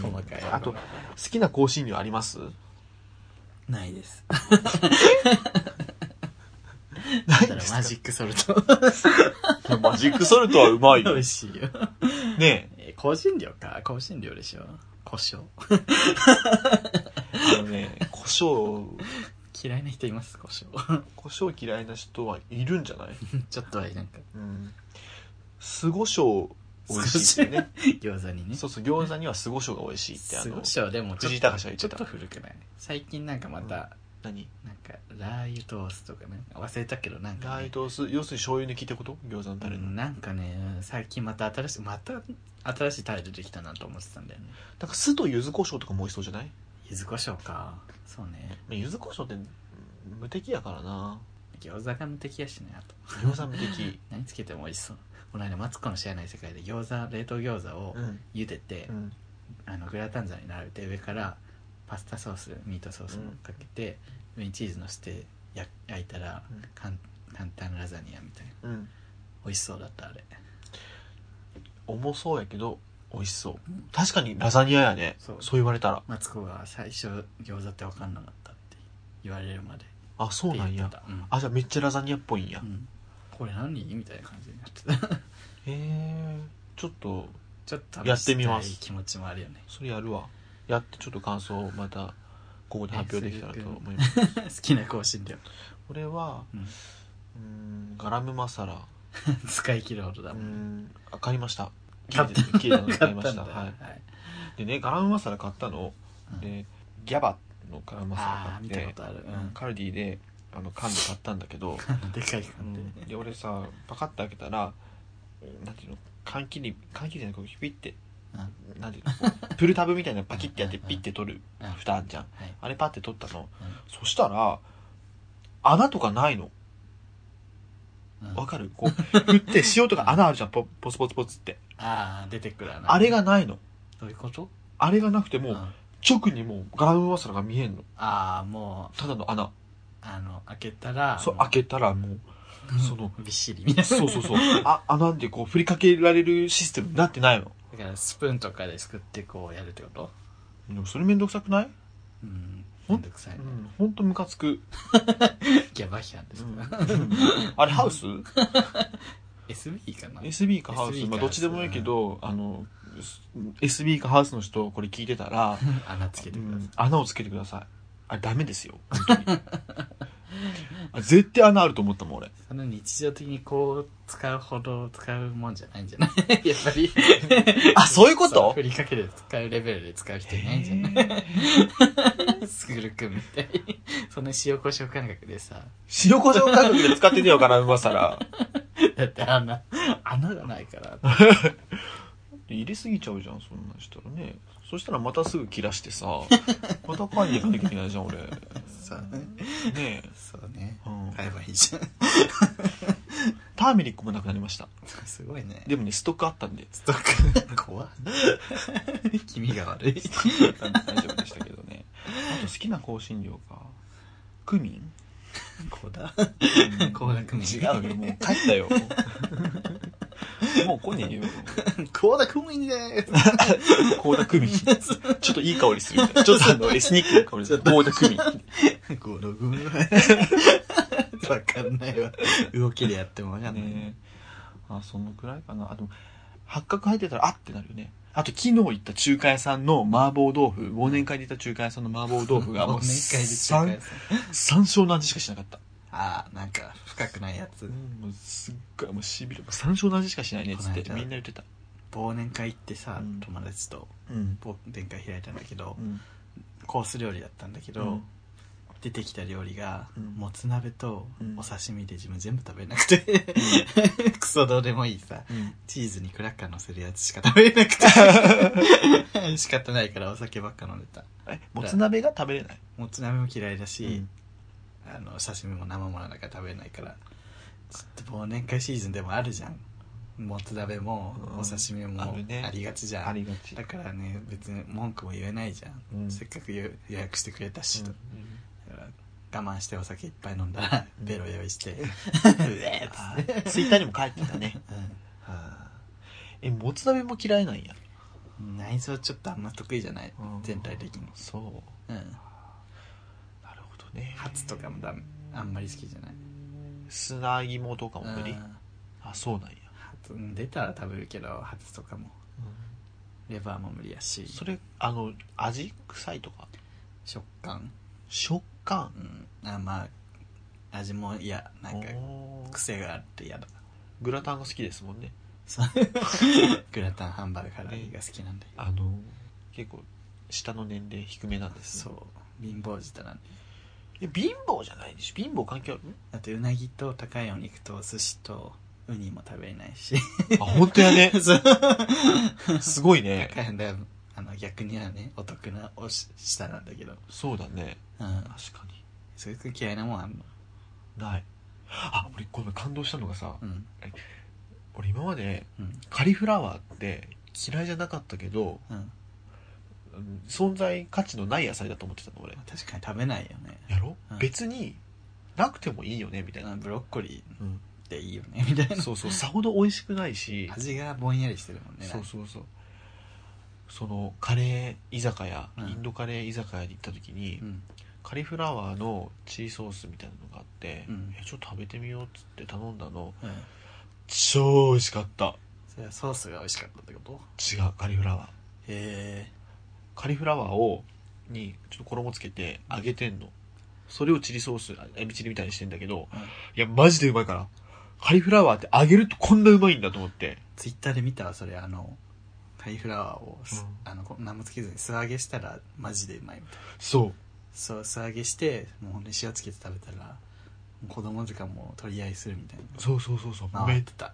B: 細かい
C: あと、好きな香辛料あります
B: ないです
C: な
B: だからマジックソルト
C: マジックソルトはうまい
B: 美
C: よ。
B: 味しいよ
C: ね
B: え香辛料か香辛料でしょ胡椒
C: あのね胡椒
B: 嫌いな人います胡椒
C: 胡椒嫌いな人はいるんじゃない
B: ちょっとはいなんか
C: うん酢胡椒美味しいってね
B: 餃子にね
C: そうそう餃子には酢胡椒が美味しいってあ
B: 酢胡
C: の
B: 椒でもちょっ
C: 藤井
B: と
C: 隆が言っ
B: ちょ
C: て
B: ったと古くない最近なんかまた、
C: 何
B: なんかラー油トーストとかなんか忘れたけどなんか、
C: ラー
B: ね
C: 油、と酢要するに醤油抜きってこと餃子のタレの、
B: うん
C: なん
B: なんかね最近また新しいまた新しいタレ出てきたなと思ってたんだよね
C: か酢と柚子胡椒とかも美味しそうじゃない
B: 柚子胡椒かそうね
C: まあ柚子胡椒ってうん無敵やからな
B: 餃子が無敵やしねあと
C: 餃子無敵
B: 何つけても美味しそうこの間マツコの知らない世界で餃子冷凍餃子を
C: うん
B: 茹でて、
C: うん
B: あのグラタン皿に並べて上からパスタソースミートソースもかけて、上にチーズのせて焼焼いたら、
C: うん
B: かん簡単ラザニアみたいな
C: うん
B: 美味しそうだったあれ
C: 重そうやけど美味しそう
B: うん
C: 確かにラザニアやね
B: そう
C: そう言われたら
B: マツコが最初餃子って分かんなかったって言われるまで
C: あそうなんや
B: って言ってたうん
C: あじゃあめっちゃラザニアっぽいんや、
B: うんこれ何みたいな感じになって た
C: へえちょっと
B: ちょっと
C: やってみます
B: 試したい気持ちもあるよね
C: それやるわやってちょっと感想をまたここで発表できたらと思いま
B: 好
C: す
B: きな香辛料、
C: これは
B: うん
C: うーんガラムマサラ
B: 使い切るほどだ
C: うー
B: もん
C: んあ買いました
B: 買った
C: 綺麗なの買いま
B: 買
C: した
B: ったんだ
C: は
B: はい
C: いでねガラムマサラ買ったの、
B: うん
C: でギャバのガラムマサ
B: ああ
C: ラ
B: 見た
C: 買っ
B: こ
C: て
B: とある
C: カルディであの缶で買ったんだけど、
B: うん でかい
C: うん
B: 缶で
C: で俺さパカッて開けたらなんていうの缶切り缶切りじゃなくてピッてなんていうのこうプルタブみたいなのパキッてやって
B: うんうん
C: ピッて取る
B: うん
C: 蓋あんじゃん
B: はい
C: あれパッて取ったの
B: うん
C: そしたら穴とかないの
B: うん
C: わかるこう振って 塩とか穴あるじゃんポポツポツポツって
B: ああ出てくるな
C: あれがないの
B: どういうこと
C: あれがなくて
B: ん
C: もう直にもうガラムマサラが見えんの
B: ああもう
C: ただの穴
B: あの開けたら
C: そう
B: も
C: 開けたらもうその
B: びっしりみたいな
C: そうそうそうあ穴でこう振りかけられるシステムになってないの
B: だからスプーンとかですくってこうやるってこと
C: でもそれめんどくさくない
B: うん
C: ほ
B: め
C: ん
B: んどくさいね
C: うんほんとムカつく
B: ギャバ批判ですか
C: あれハウス
B: SB かな
C: ?SB かハウス
B: SB か
C: まあどっちでもいいけどあの SB かハウスの人これ聞いてたら、
B: 穴つけて
C: う
B: ください
C: ん穴をつけてくださいあれダメですよ本当にあ絶対穴あると思ったもん俺
B: その日常的にこう使うほど使うもんじゃないんじゃないやっぱり
C: あそう いうこ
B: そう
C: と
B: 振りかけて使うレベルで使う人いないんじゃない
C: へ ー
B: スグル君みたいにそんな塩コショウ感覚でさ
C: 塩コショウ感覚で使っててよからうまさら
B: だって穴穴がないから
C: 入れすぎちゃうじゃんそんなんしたらねそしたらまたすぐ切らして さまた買いに行かなきゃいけないじゃん俺ね
B: そうね
C: え、
B: そうね
C: うん、
B: 買えばいいじゃん
C: ターメリックもなくなりました
B: すごいね
C: でもねストックあったんで
B: ストック怖い気味が悪い
C: 大丈夫でしたけどねあと好きな香辛料かクミン
B: こだ
C: 香
B: 香
C: 辛
B: 辛クミン
C: 違う よもう帰ったよもう来 ねえよ
B: こだクミンで
C: 高田クミンちょっといい香りするちょっ とあのエスニックな香りする高田クミン
B: すこだクミンわかんないわ動きでやってもわかんない、
C: ねあそのくらいかなあと八角入ってたらあってなるよねあと昨日行った中華屋さんの麻婆豆腐忘年会で行った中華屋さんの麻婆豆腐がも
B: も
C: う
B: う年会で中華屋
C: 山
B: さん
C: 山椒の味しかしなかった、
B: ああなんか深くないやつ
C: もうすっごいもうしびれもう山椒の味しかしないねっつって
B: この間
C: みんな言ってた
B: 忘年会行ってさ、
C: うん
B: 友達と
C: うん、
B: 忘年会開いたんだけど、コース料理だったんだけど、
C: うん
B: 出てきた料理が、
C: うん
B: もつ鍋と
C: うん
B: お刺身で自分全部食べれなくて、 クソどうでもいいさチーズにクラッカー乗せるやつしか食べれなく て仕方ないからお酒ばっか飲んでた
C: えもつ鍋が食べれない、
B: もつ鍋も嫌いだ
C: う
B: し、あの刺身も生ものだから食べれないからちょっと忘年会シーズンでもあるじゃんもつ鍋も
C: うん
B: お刺身も
C: あるね
B: ありがちじゃ
C: あ
B: ん、
C: りがち
B: だからね別に文句も言えないじゃん、
C: うん
B: せっかく予予約してくれたし、
C: うん
B: だから我慢してお酒いっぱい飲んだら
C: うん
B: ベロ用意してうえーっ
C: あ
B: つって
C: ツイッターにも書いて たねえもつ鍋も嫌いなんや、
B: うん内臓ちょっとあんま得意じゃない全体的に
C: そう
B: うん
C: なるほどね
B: ハツとかもダメあんまり好きじゃない
C: 砂肝とかも無理
B: うん
C: あそうなんや、
B: ハツうん出たら食べるけどハツとかもレバーも無理やし
C: それあの味臭いとか
B: 食感
C: 食感
B: うんあまあ味もいやなんか
C: おー
B: 癖があって嫌だ
C: グラタンが好きですもんね
B: そうグラタンハンバーグからが好きなんで、
C: あの結構下の年齢低めなんです、
B: そ
C: ね、
B: う貧乏舌なんで
C: え貧乏じゃないでしょ貧乏 関係ある
B: あとうなぎと高いお肉と寿司とウニも食べれないし
C: あ本当やね
B: そう
C: すごいね
B: 高いんだよあの逆にはねお得なおし舌なんだけど
C: そうだね
B: うん
C: 確かに
B: すごく嫌いなもんあんの
C: ないあ俺この前感動したのがさ
B: うん
C: 俺今まで
B: うん
C: カリフラワーって嫌いじゃなかったけど
B: うん
C: うん存在価値のない野菜だと思ってたの俺
B: 確かに食べないよね
C: やろ、
B: うん
C: 別になくてもいいよねみたい
B: あ
C: な、
B: ブロッコリ
C: うん
B: ーっていいよねみたいな
C: そうそうさほど美味しくないし
B: 味がぼんやりしてるもんね
C: そうそうそうそのカレー居酒屋、
B: うん
C: インドカレー居酒屋に行った時に、
B: うん
C: カリフラワーのチーソースみたいなのがあって、
B: うん
C: えちょっと食べてみようっつって頼んだの
B: うん
C: 超美味しかった
B: それはソースが美味しかったってこと
C: 違うカリフラワー
B: へえ
C: カリフラワーをにちょっと衣つけて揚げてんのそれをチリソースあエビチリみたいにしてんだけど、
B: うん
C: いやマジでうまいからカリフラワーって揚げるとこんなうまいんだと思って
B: ツイッターで見たわそれあのカリフラワーをす、
C: うん
B: あのこう何もつけずに素揚げしたらマジでうまいみたいな
C: そう
B: そう素揚げしてもうほんとに塩つけて食べたらもう子供とかも取り合いするみたいな
C: そうそうそうそう
B: 回っ
C: め
B: てた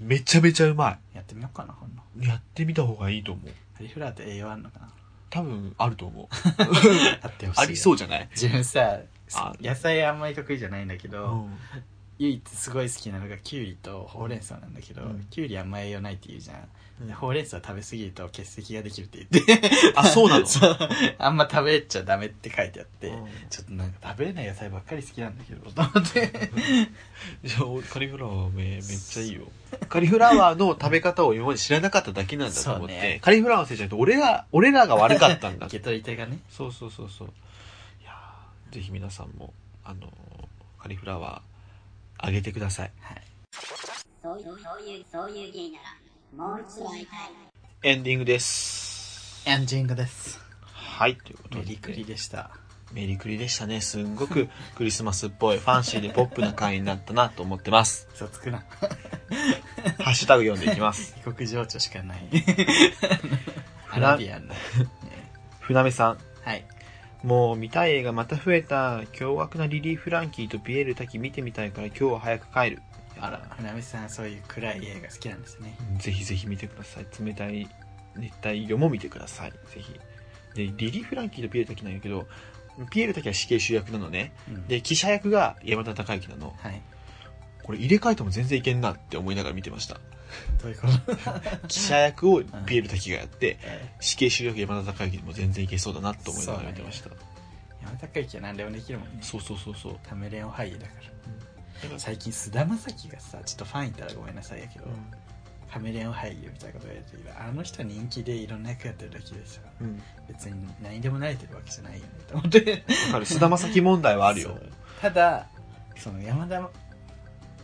C: めちゃめちゃうま
B: やってみようかなほんの
C: いやってみた方がいいと思う
B: カリフラワーって栄養あるのかな
C: 多分あると思う
B: あってほしい
C: ありそううじゃない、
B: 自分さ
C: あ
B: 野菜あんまり得意じゃないんだけ
C: う
B: ど、
C: ん、
B: 唯一すごい好きなのがキュウリとほうれん草なんだけど、
C: うん
B: キュウリあんま栄養ないって言うじゃん、
C: うん
B: でほうれん草食べ過ぎると結石ができるって言って
C: あ そうなの
B: そうあんま食べちゃダメって書いてあって、
C: うん
B: ちょっとなんか食べれない野菜ばっかり好きなんだけどと思って
C: じゃあ俺カリフラワーめめっちゃいいよ カリフラワーの食べ方を今まで知らなかっただけなんだと思って、
B: そうね
C: カリフラワーのせいじゃなくて俺ら俺らが悪かったんだ
B: 受け取り手がね
C: そうそうそうそういやーぜひ皆さんもあのーカリフラワーあげてください
D: そういう、そういう、そういう芸なら、もう一度会いたい。
C: エンディングです
B: エンジングです
C: はいということで
B: メリクリでした
C: メリクリでしたねすんごく クリスマスっぽいファンシーでポップな回になったなと思って ます
B: 嘘つくな
C: ハッシュタグ読んでいきます
B: 異国情緒しかない
C: フ
B: ア
C: ラ
B: ラビアンな
C: 船目さん
B: はい
C: もう見たい映画また増えた凶悪なリリー・フランキーとピエール滝見てみたいから今日は早く帰る
B: あら船見さんそういう暗い映画好きなんですね
C: ぜひぜひ見てください冷たい熱帯魚も見てくださいぜひでリリー・フランキーとピエール滝なんやけどピエール滝は死刑囚役なのね
B: うん
C: で記者役が山田孝之なの
B: はい
C: これ入れ替えても全然いけんなって思いながら見てました
B: どういうこと
C: 記者役をピエール滝がやって
B: え
C: 死刑囚役山田孝之も全然いけそうだなと思いながら見てました
B: ー山高之は何でもできるもんね
C: そうそうそうそう
B: タメレオ俳優だから
C: だから
B: 最近菅田将暉がさちょっとファンいたらごめんなさいやけど、
C: うん
B: カメレオ俳優みたいなことをやってるけどあの人人気でいろんな役やってるだけでさ
C: うん
B: 別に何でも慣れてるわけじゃないよねと思って
C: わかる菅田将暉問題はある
B: そ
C: よ
B: うただその山田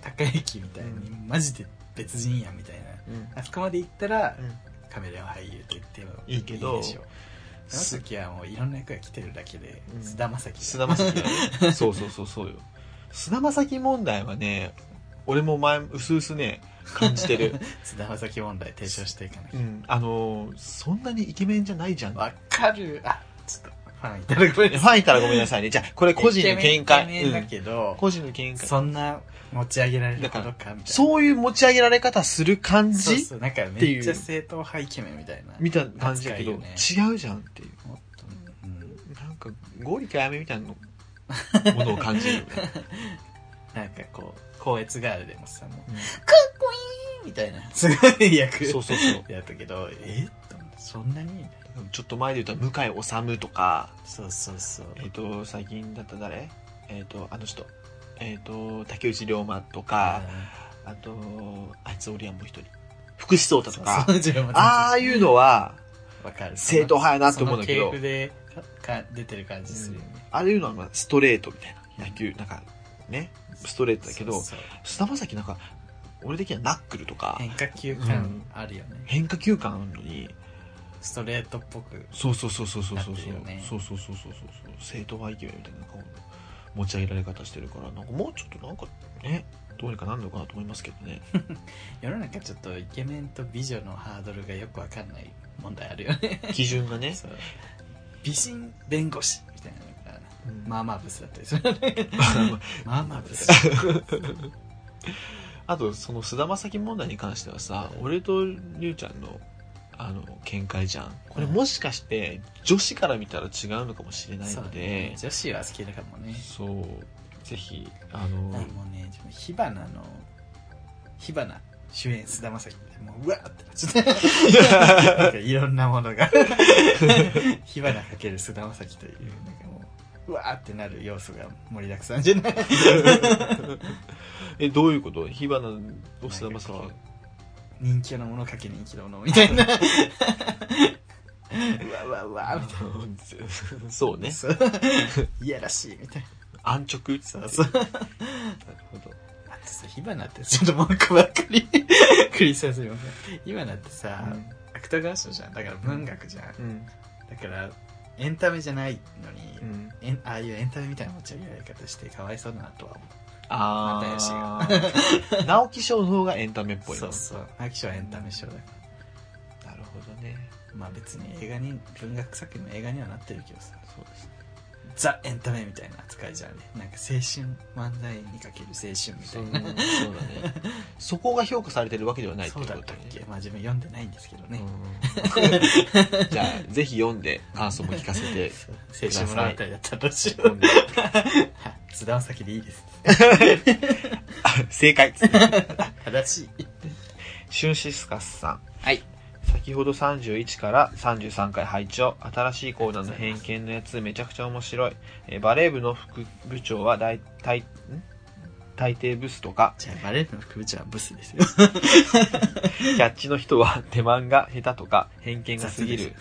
B: 孝之みたいに、マジで別人やんみたいな
C: うん
B: あそこまで行ったら、
C: うん
B: カメレオ俳優と言っても
C: いいけど
B: いいでしょうその時はもういろんな役が来てるだけで
C: うん
B: 菅田将暉
C: 菅田将暉がね そうそうそうそうよ菅田将暉問題はね俺も前うすうすね感じて る、
B: 菅田将暉問題提唱していかなき
C: う
B: ゃ、
C: ん、あのーそんなにイケメンじゃないじゃんフ
B: わかるあちょっとファンいただくめんなさい
C: ァンいたらごめんなさいねじゃあこれ個人の見
B: イケ
C: 解、
B: メンイケメンだ
C: う
B: けど、
C: ん、個人の見解
B: そんな持ち上げられることかみたいな。
C: そういう持ち上げられ方する感じ
B: そうそうなんか
C: ってい
B: め
C: う
B: っちゃ正統派イケメンみたいな。
C: みたいな感じだけど、
B: 扱
C: 違うじゃんっていう
B: もっと、うん、
C: なんか合理かやめみた いなものを感じるよね、
B: なんかこう、高越ガールでもさ、もう、
C: うん
B: かっこいいみたいな、すごい役
C: そうそうそう
B: やったけど、えと思ってそんなに
C: ちょっと前で言ったら向井理とか
B: そうそうそう。
C: えっ、と最近だったら誰えっ、とあの人えっ、と竹内涼真とか、あとあいつ俺はもう一人福士蒼
B: うん
C: 太
B: そ
C: と
B: う
C: か
B: そう自分も全然
C: ああいうのは
B: わかる。
C: 正統派やなって思うんだけど
B: その系譜でかか出てる感じするよね。
C: ああいうのはまあストレートみたいな野球なんかねストレートだけど
B: そうそう
C: 菅田将暉なんか俺的にはナックルとか
B: 変化球感あるよね。
C: 変化球感あるのに
B: ストレートっぽく
C: そうそうそうそうそうそう
B: なって
C: そ
B: る
C: う
B: よね
C: そうそうそうそうそう正統派イケメンみたいな顔の持ち上げられ方してるからなんかもうちょっとなんかねどうにかなるのかなと思いますけど ね
B: 世の中ちょっとイケメンと美女のハードルがよくわかんない問題あるよね
C: 基準がね
B: そう美人弁護士みたいなのが
C: うん
B: まあまあブスだったりするよねまあまあブス
C: あとその菅田将暉問題に関してはさ俺とりゅうちゃんのあの見解じゃんこれもしかして女子から見たら違うのかもしれない
B: そう
C: の
B: ね
C: で
B: 女子は好きだかもね
C: そう,、ぜひ
B: あ
C: あの、
B: もうね自分火花の火花主演菅田将暉ってもううわーってなっちゃってなんかいろんなも のが火花かける菅田将暉というなんかもううわーってなる要素が盛りだくさんじゃない
C: えどういうこと火花を菅田将
B: なんか
C: 暉
B: こ人気のものかけ人気のものみたいなうわうわうわみたい
C: うんそうね
B: なそういやらしいみたいな
C: 安直
B: そう そう
C: なるほど
B: だってさ、火花ってちょっと文句ばっかり 繰り返すよね。火花ってさ、
C: うん
B: 芥川賞じゃん。だから文学じゃん。
C: うん
B: だから、エンタメじゃないのに、
C: うん
B: えんああいうエンタメみたいな持ち上げられ方してかわいそうだなとは思
C: あ
B: 又吉
C: あ直木賞の方がエンタメっ
B: う。
C: ぽい
B: そ
C: の
B: うそう。秋賞はエンタメ賞だか
C: なるほどね
B: ら。まあ別に映画に、文学作品の映画にはなってるけどさ、
C: そうです
B: ザ・エンタメみたいな扱いじゃんね。なんか青春、漫才にかける青春みた
C: そ
B: いうな。
C: だねそこが評価されてるわけではないって
B: そ
C: いう
B: う
C: こ
B: だ
C: と
B: ったっけまあ自分読んでないんですけどね。
C: うん じゃあぜひ読んで感想も聞かせ て
B: 青春物語だったらしい。
C: 今度
B: 津田は先でいいです。
C: 正解
B: 正しい。
C: シュンシスカスさん
B: はい
C: 先ほど31から33回拝聴新しいコーナーの偏見のやつめちゃくちゃ面白い、えーバレー部の副部長は大体ん大抵ブス とか
B: じゃあ、バレー部の副部長はブスですよ。
C: キャッチの人は手間が下手とか偏見がすぎる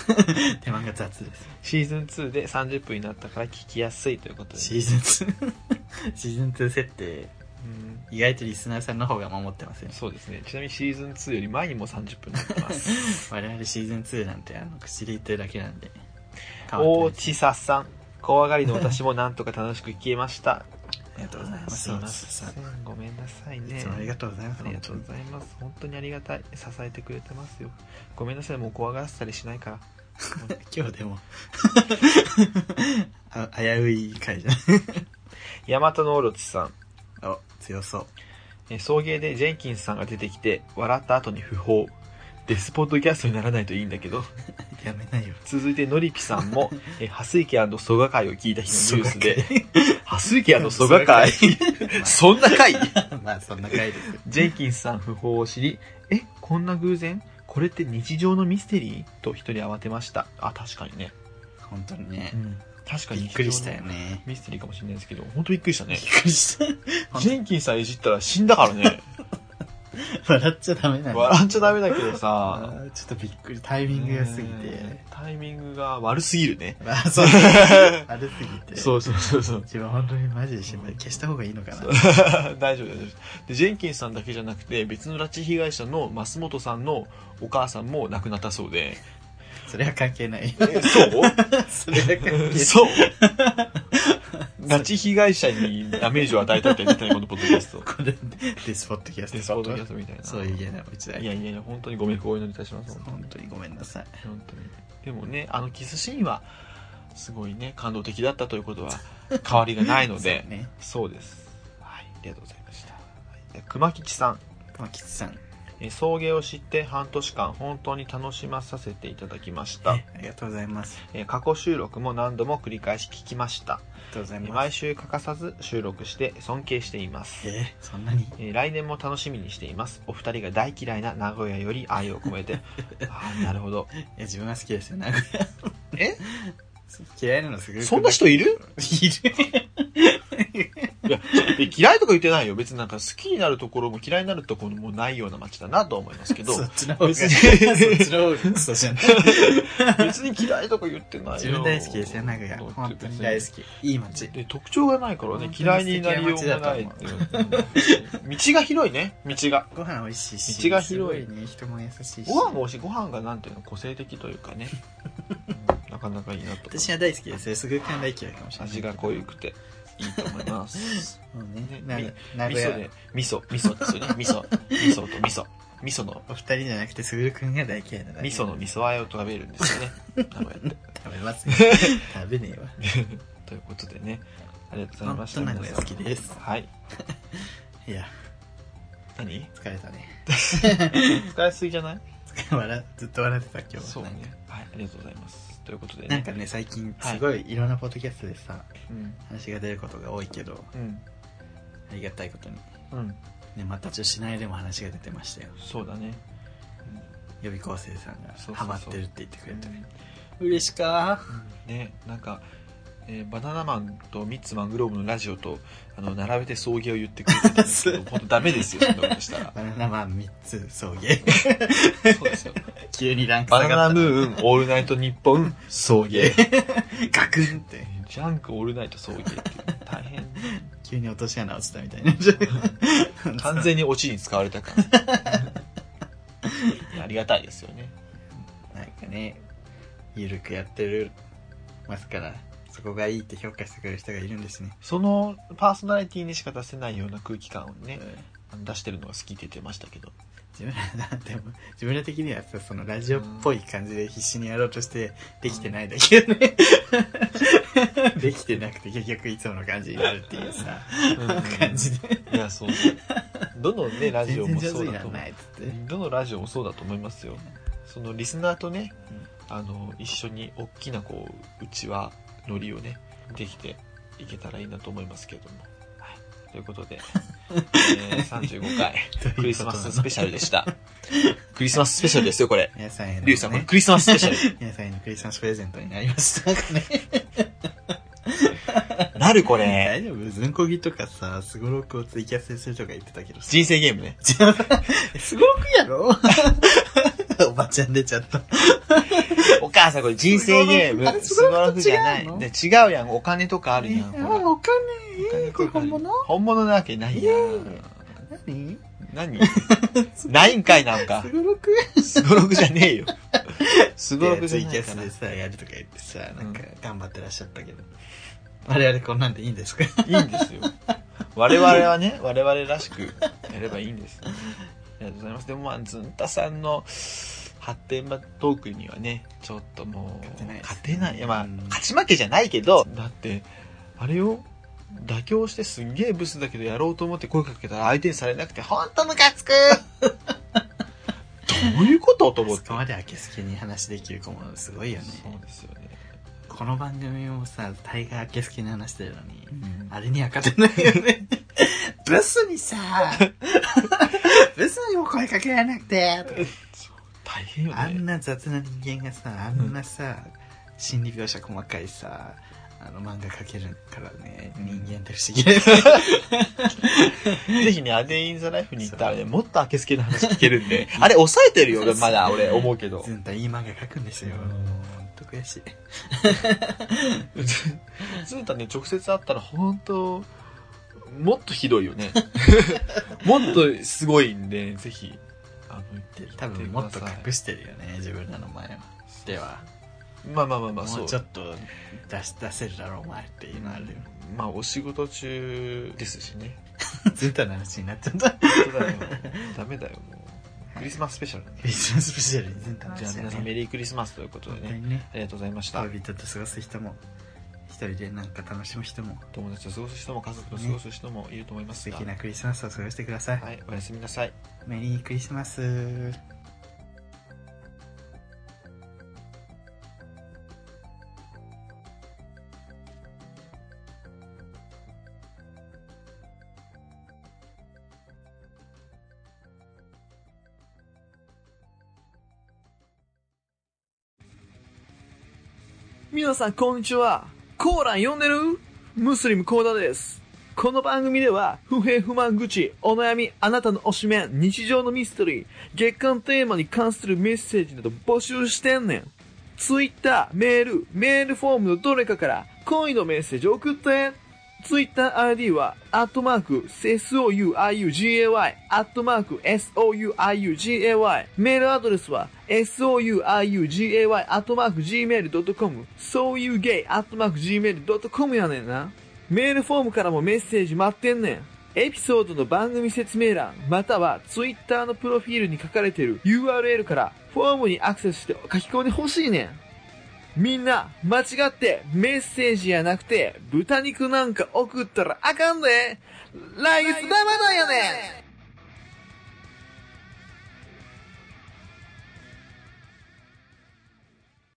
B: 手間が雑です。
C: シーズン2で30分になったから聞きやすいということで
B: シー ズン2。シーズン2設定、
C: うん
B: 意外とリスナーさんの方が守ってますよ。
C: そうですねちなみにシーズン2より前にもう30分になってま す
B: 我々シーズン2なんて、あの、口で言ってるだけなんで。
C: 大地ささん怖がりの私もなんとか楽しく聞けました
B: ありがとうございます
C: すいませんごめんなさい
B: い
C: ね
B: つもありがとうございます。
C: ありがとうございます。本当にありがたい。支えてくれてますよ。ごめんなさい、もう怖がらせたりしないから。
B: 今日でも。 あ危うい回じゃ
C: ヤマタノオロチさん。
B: ん。お、強そう。
C: えー送迎でジェンキンスさんが出てきて、笑った後に不法。デスポッドキャストにならないといいんだけど。
B: やめないよ。
C: 続いてノリピさ んも、えー、ハスイケ蘇我会を聞いた日のニュースで、 ハスイケ蘇 我会そんな会
B: まあ、そんな回ですよ。
C: ジェンキンスさん不法を知り、え、こんな偶然これって日常のミステリーと一人慌てました。あ、確かにね。
B: 本当にね
C: う。ん。確かに
B: び
C: 日常の
B: っくりしたよね。
C: ミステリーかもしれないですけど、本当びっくりしたね
B: びっ。くりした。
C: ジェンキンさんいじったら死んだからね。
B: 笑っちゃダメなんだ。
C: 笑っちゃダメだけど
B: あ
C: さ。
B: ーちょっとびっくり。タイミングが過ぎて
C: ね。タイミングが悪すぎるね。
B: まあ、そう。 悪すぎて。
C: そうそうそうそう。
B: 自分本当にマジで心配。消した方がいいのかな。
C: 大丈夫大丈夫。で、ジェンキンさんだけじゃなくて、別の拉致被害者の増本さんのお母さんも亡くなったそうで。
B: それは関係ない。
C: えそう
B: それは関係ない。
C: そう拉致被害者にダメージを与えたって言ってないこのポッドキャスト。
B: これ、デスポッドキャスト。
C: デスポッドキャストみたいな。
B: そういう家なうちだ
C: いやいやいや、本当にご冥福をお祈りいたします。
B: 本当にごめんなさい。
C: 本当にでもねあのキスシーンはすごいね感動的だったということは変わりがないので
B: そうね。
C: そうです、はい、ありがとうございましたはいで熊吉さん
B: まあ、吉さん。
C: え送迎を知って半年間本当に楽しまさせていただきまし
B: え
C: た
B: ありがとうございます。あ
C: え過去収録も何度も繰り返し聞きました
B: りがとうござい
C: え
B: ま
C: 毎
B: す。
C: 週欠かさず収録して尊敬しています
B: え、そんなに
C: えー来年も楽しみにしていますお二人が大嫌いな名古屋より愛を 込めてあーなるほど
B: いや、自分が好きですよ、名古屋。 え嫌いなのすぐ。
C: そんな人いる
B: いる。
C: いや、ちょっとで嫌いとか言ってないよ。別になんか好きになるところも嫌いになるところもないような街だなとは思いますけど
B: そ、っちの方が、そっちの方が、そうじゃない。
C: 別に嫌いとか言ってないよ。
B: 自分大好きですよ、名古屋。本当に大好き。いい街。
C: で特徴がないからね
B: 本当に
C: 嫌いになりようがないっていう道が広いね道が
B: ご飯美味しいし。
C: 道が広い
B: すごね。人も優しいし。
C: ご飯も美味しいご飯がなんていうの個性的というかねうんなかなかいいなと
B: 私は大好きですよ。すぐ勘大嫌いかもしれない。
C: 味が濃いくていいと思います
B: もう
C: ね
B: ね。
C: み
B: な 名
C: 味
B: 古
C: 噌
B: 屋
C: で。味噌味噌ですよね味噌味噌と味噌味噌の
B: お二人じゃなくて、すぐるくんが大嫌いなだけ
C: 味噌の味噌和えを食べるんですよね 名古屋って
B: 食べます ね。食べねえわ。
C: ということでねありがとうございました
B: 本当名古屋好き
C: 皆さ
B: で
C: ん
B: す
C: はい
B: いや、
C: 何
B: 疲れたね。
C: 使いすぎじゃない
B: 笑、ずっと笑ってた、今日は。
C: そうね
B: なんか
C: はいありがとうございますということでね
B: なんかね、最近、すごいいろんなポッドキャストでさ、
C: うん
B: 話が出ることが多いけど、
C: うん
B: ありがたいことに。
C: うん
B: ね、また女子内でも話が出てましたよ。
C: そうだね
B: 予備校生さんが
C: そうそうそう
B: ハマってるって言ってくれて。
A: 嬉しか
C: ねなんか、えーバナナマンとミッツマングローブのラジオとあの並べて送迎を言ってくれてたんで すけど本当ダメですよそんなことしたら
B: バナナマン3つ送迎。
C: そうですよ
B: 急にランク
C: バ
B: 下
C: ナナ
B: がっ
C: ムーンオールナイトニッポン送迎
B: た。 ガクンって。
C: ジャンクオールナイト送迎っていう大変
B: 急に落とし穴落ちたみたいな。
C: 完全にオチに使われたからありがたいですよね
B: なんかね、ゆるくやってるますから、そこがいいって評価してくれる人がいるんですね。
C: そのパーソナリティにしか出せないような空気感を
B: う
C: ね
B: ん
C: あの出してるのが好きって言ってましたけど
B: 自分ら、でも、自分ら的にはさ、そのラジオっぽい感じで必死にやろうとして、できてないだけど ね。できてなくて結局いつもの感じになるっていうさ、 感じで。
C: いやそうそうどのねラジオ
B: 全然
C: も
B: 上
C: そ
B: 手
C: う
B: に
C: だ
B: なら
C: と思う
B: ないっつって。
C: どのラジオもそうだと思いますよそのリスナーとね、あの一緒に大きなこううちわノリをねできていけたらいいなと思いますけれども、はい、ということ で、えー35回クリスマススペシャルでしたクリスマススペシャルですよこれ
B: 皆さんへの、
C: リュウさんこれ
B: ね、
C: クリスマススペシャ
B: 皆さんへのクリスマスプレゼントになりましたかね。
C: ル なるこれ
B: 大丈夫ずんこぎとかさ、すごろくをツイキャスでするとか言ってたけど さ。
C: 人生ゲームね
B: すごろくやろ おばちゃん出ちゃった。
C: お母さんこれ人生ゲー
A: あれ
C: ム
A: す
C: す
A: ご
C: ご
A: ろ
C: ろ
A: く
C: く
A: と違
C: じ
A: うの
C: ゃないね違うやんお金とかあるやん
A: あ、
C: ほら
A: お金、えー、これ本物
C: 本物なわけないやん
A: 何
C: 何ないんかいなんか
A: す。ごろく
C: すごろくじゃねえよ。すごろくじ
B: ツ
C: ゃ
B: イ
C: な
B: キ
C: い
B: ャ
C: か
B: ス
C: ら
B: で。さ、やるとか言ってさ、なんか頑張ってらっしゃったけど。我々こんなんでいいんですか
C: いいんですよ。我々はね、我々らしくやればいいんです。ありがとうございます。でもまあ、ずんたさんの発展場トークにはね、ちょっともう、
B: 勝てないです
C: 勝てない。いやまあ、
B: うん
C: 勝ち負けじゃないけど、だって、あれを妥協してすんげえブスだけどやろうと思って声かけたら相手にされなくて、ほんとムカつく どういうことと思っ
B: そ
C: て。
B: こまであけすけに話できる子もすごいよね。
C: そうですよね。
B: この番組もさ、大概あけすけに話してるのに、
C: うん
B: あれには勝てないよね。 ブスに さ、ブスにも声かけられなくて、とか
C: 大変よ
B: あん
C: ね
B: な雑な人間がさ、あんなさ、心理描写細かいさ、あの漫画描けるからね、人間って不思議だよね
C: ぜひね「アデイン・ザ・ライフ」に行ったらね
B: そう
C: もっと明けすけの話聞けるんで あれ抑えてるよ俺まだ俺思うけど
B: ずんたいい漫画描くんですよ。ほんと悔しい。
C: ずんたね直接会ったら本当もっとひどい よねもっとすごいんでぜひあの行って
B: 多分もっと
C: 行ってください
B: 隠してるよね、自分らの前は。では、
C: まあまあまあまあそ
B: も
C: う
B: うちょっと出し出せるだろう、お前っていうのあるよ。
C: まあお仕事中ですし ね
B: ずんたの話になっちゃった。 ク
C: 本当だよダメだよもうクリスマススペシャルなんで
B: リスマスペシャルにずんたの
C: じゃあ
B: 話だ
C: 皆さん
B: ね。
C: メリークリスマスということで
B: 本当
C: ね
B: にね、
C: ありがとうございました
B: 旅人と過ごす人も、一人でなんか楽しむ人も、
C: 友達と過ごす人も家族と過ごす人もいると思います
B: 素
C: が、
B: 敵なクリスマスを過ごしてください。
C: はい、おやすみなさい
B: メリークリスマス。
E: 皆さんこんにちは。コーラン読んでるムスリムコーダです。この番組では、不平不満愚痴、お悩み、あなたの推しメン、日常のミステリー、月間テーマに関するメッセージなど募集してんねん。ツイッター、メール、メールフォームのどれかから恋のメッセージを送って。ツイッター ID は、アットマーク、souiugay、アットマーク、souiugay。メールアドレスは、souiugay、アットマーク、gmail.com、sougay、アットマーク、gmail.com やねんな。メールフォームからもメッセージ待ってんねん。エピソードの番組説明欄、またはツイッターのプロフィールに書かれている URL からフォームにアクセスして書き込んでほしいねん。みんな、間違ってメッセージやなくて豚肉なんか送ったらあかんで来月生だよねん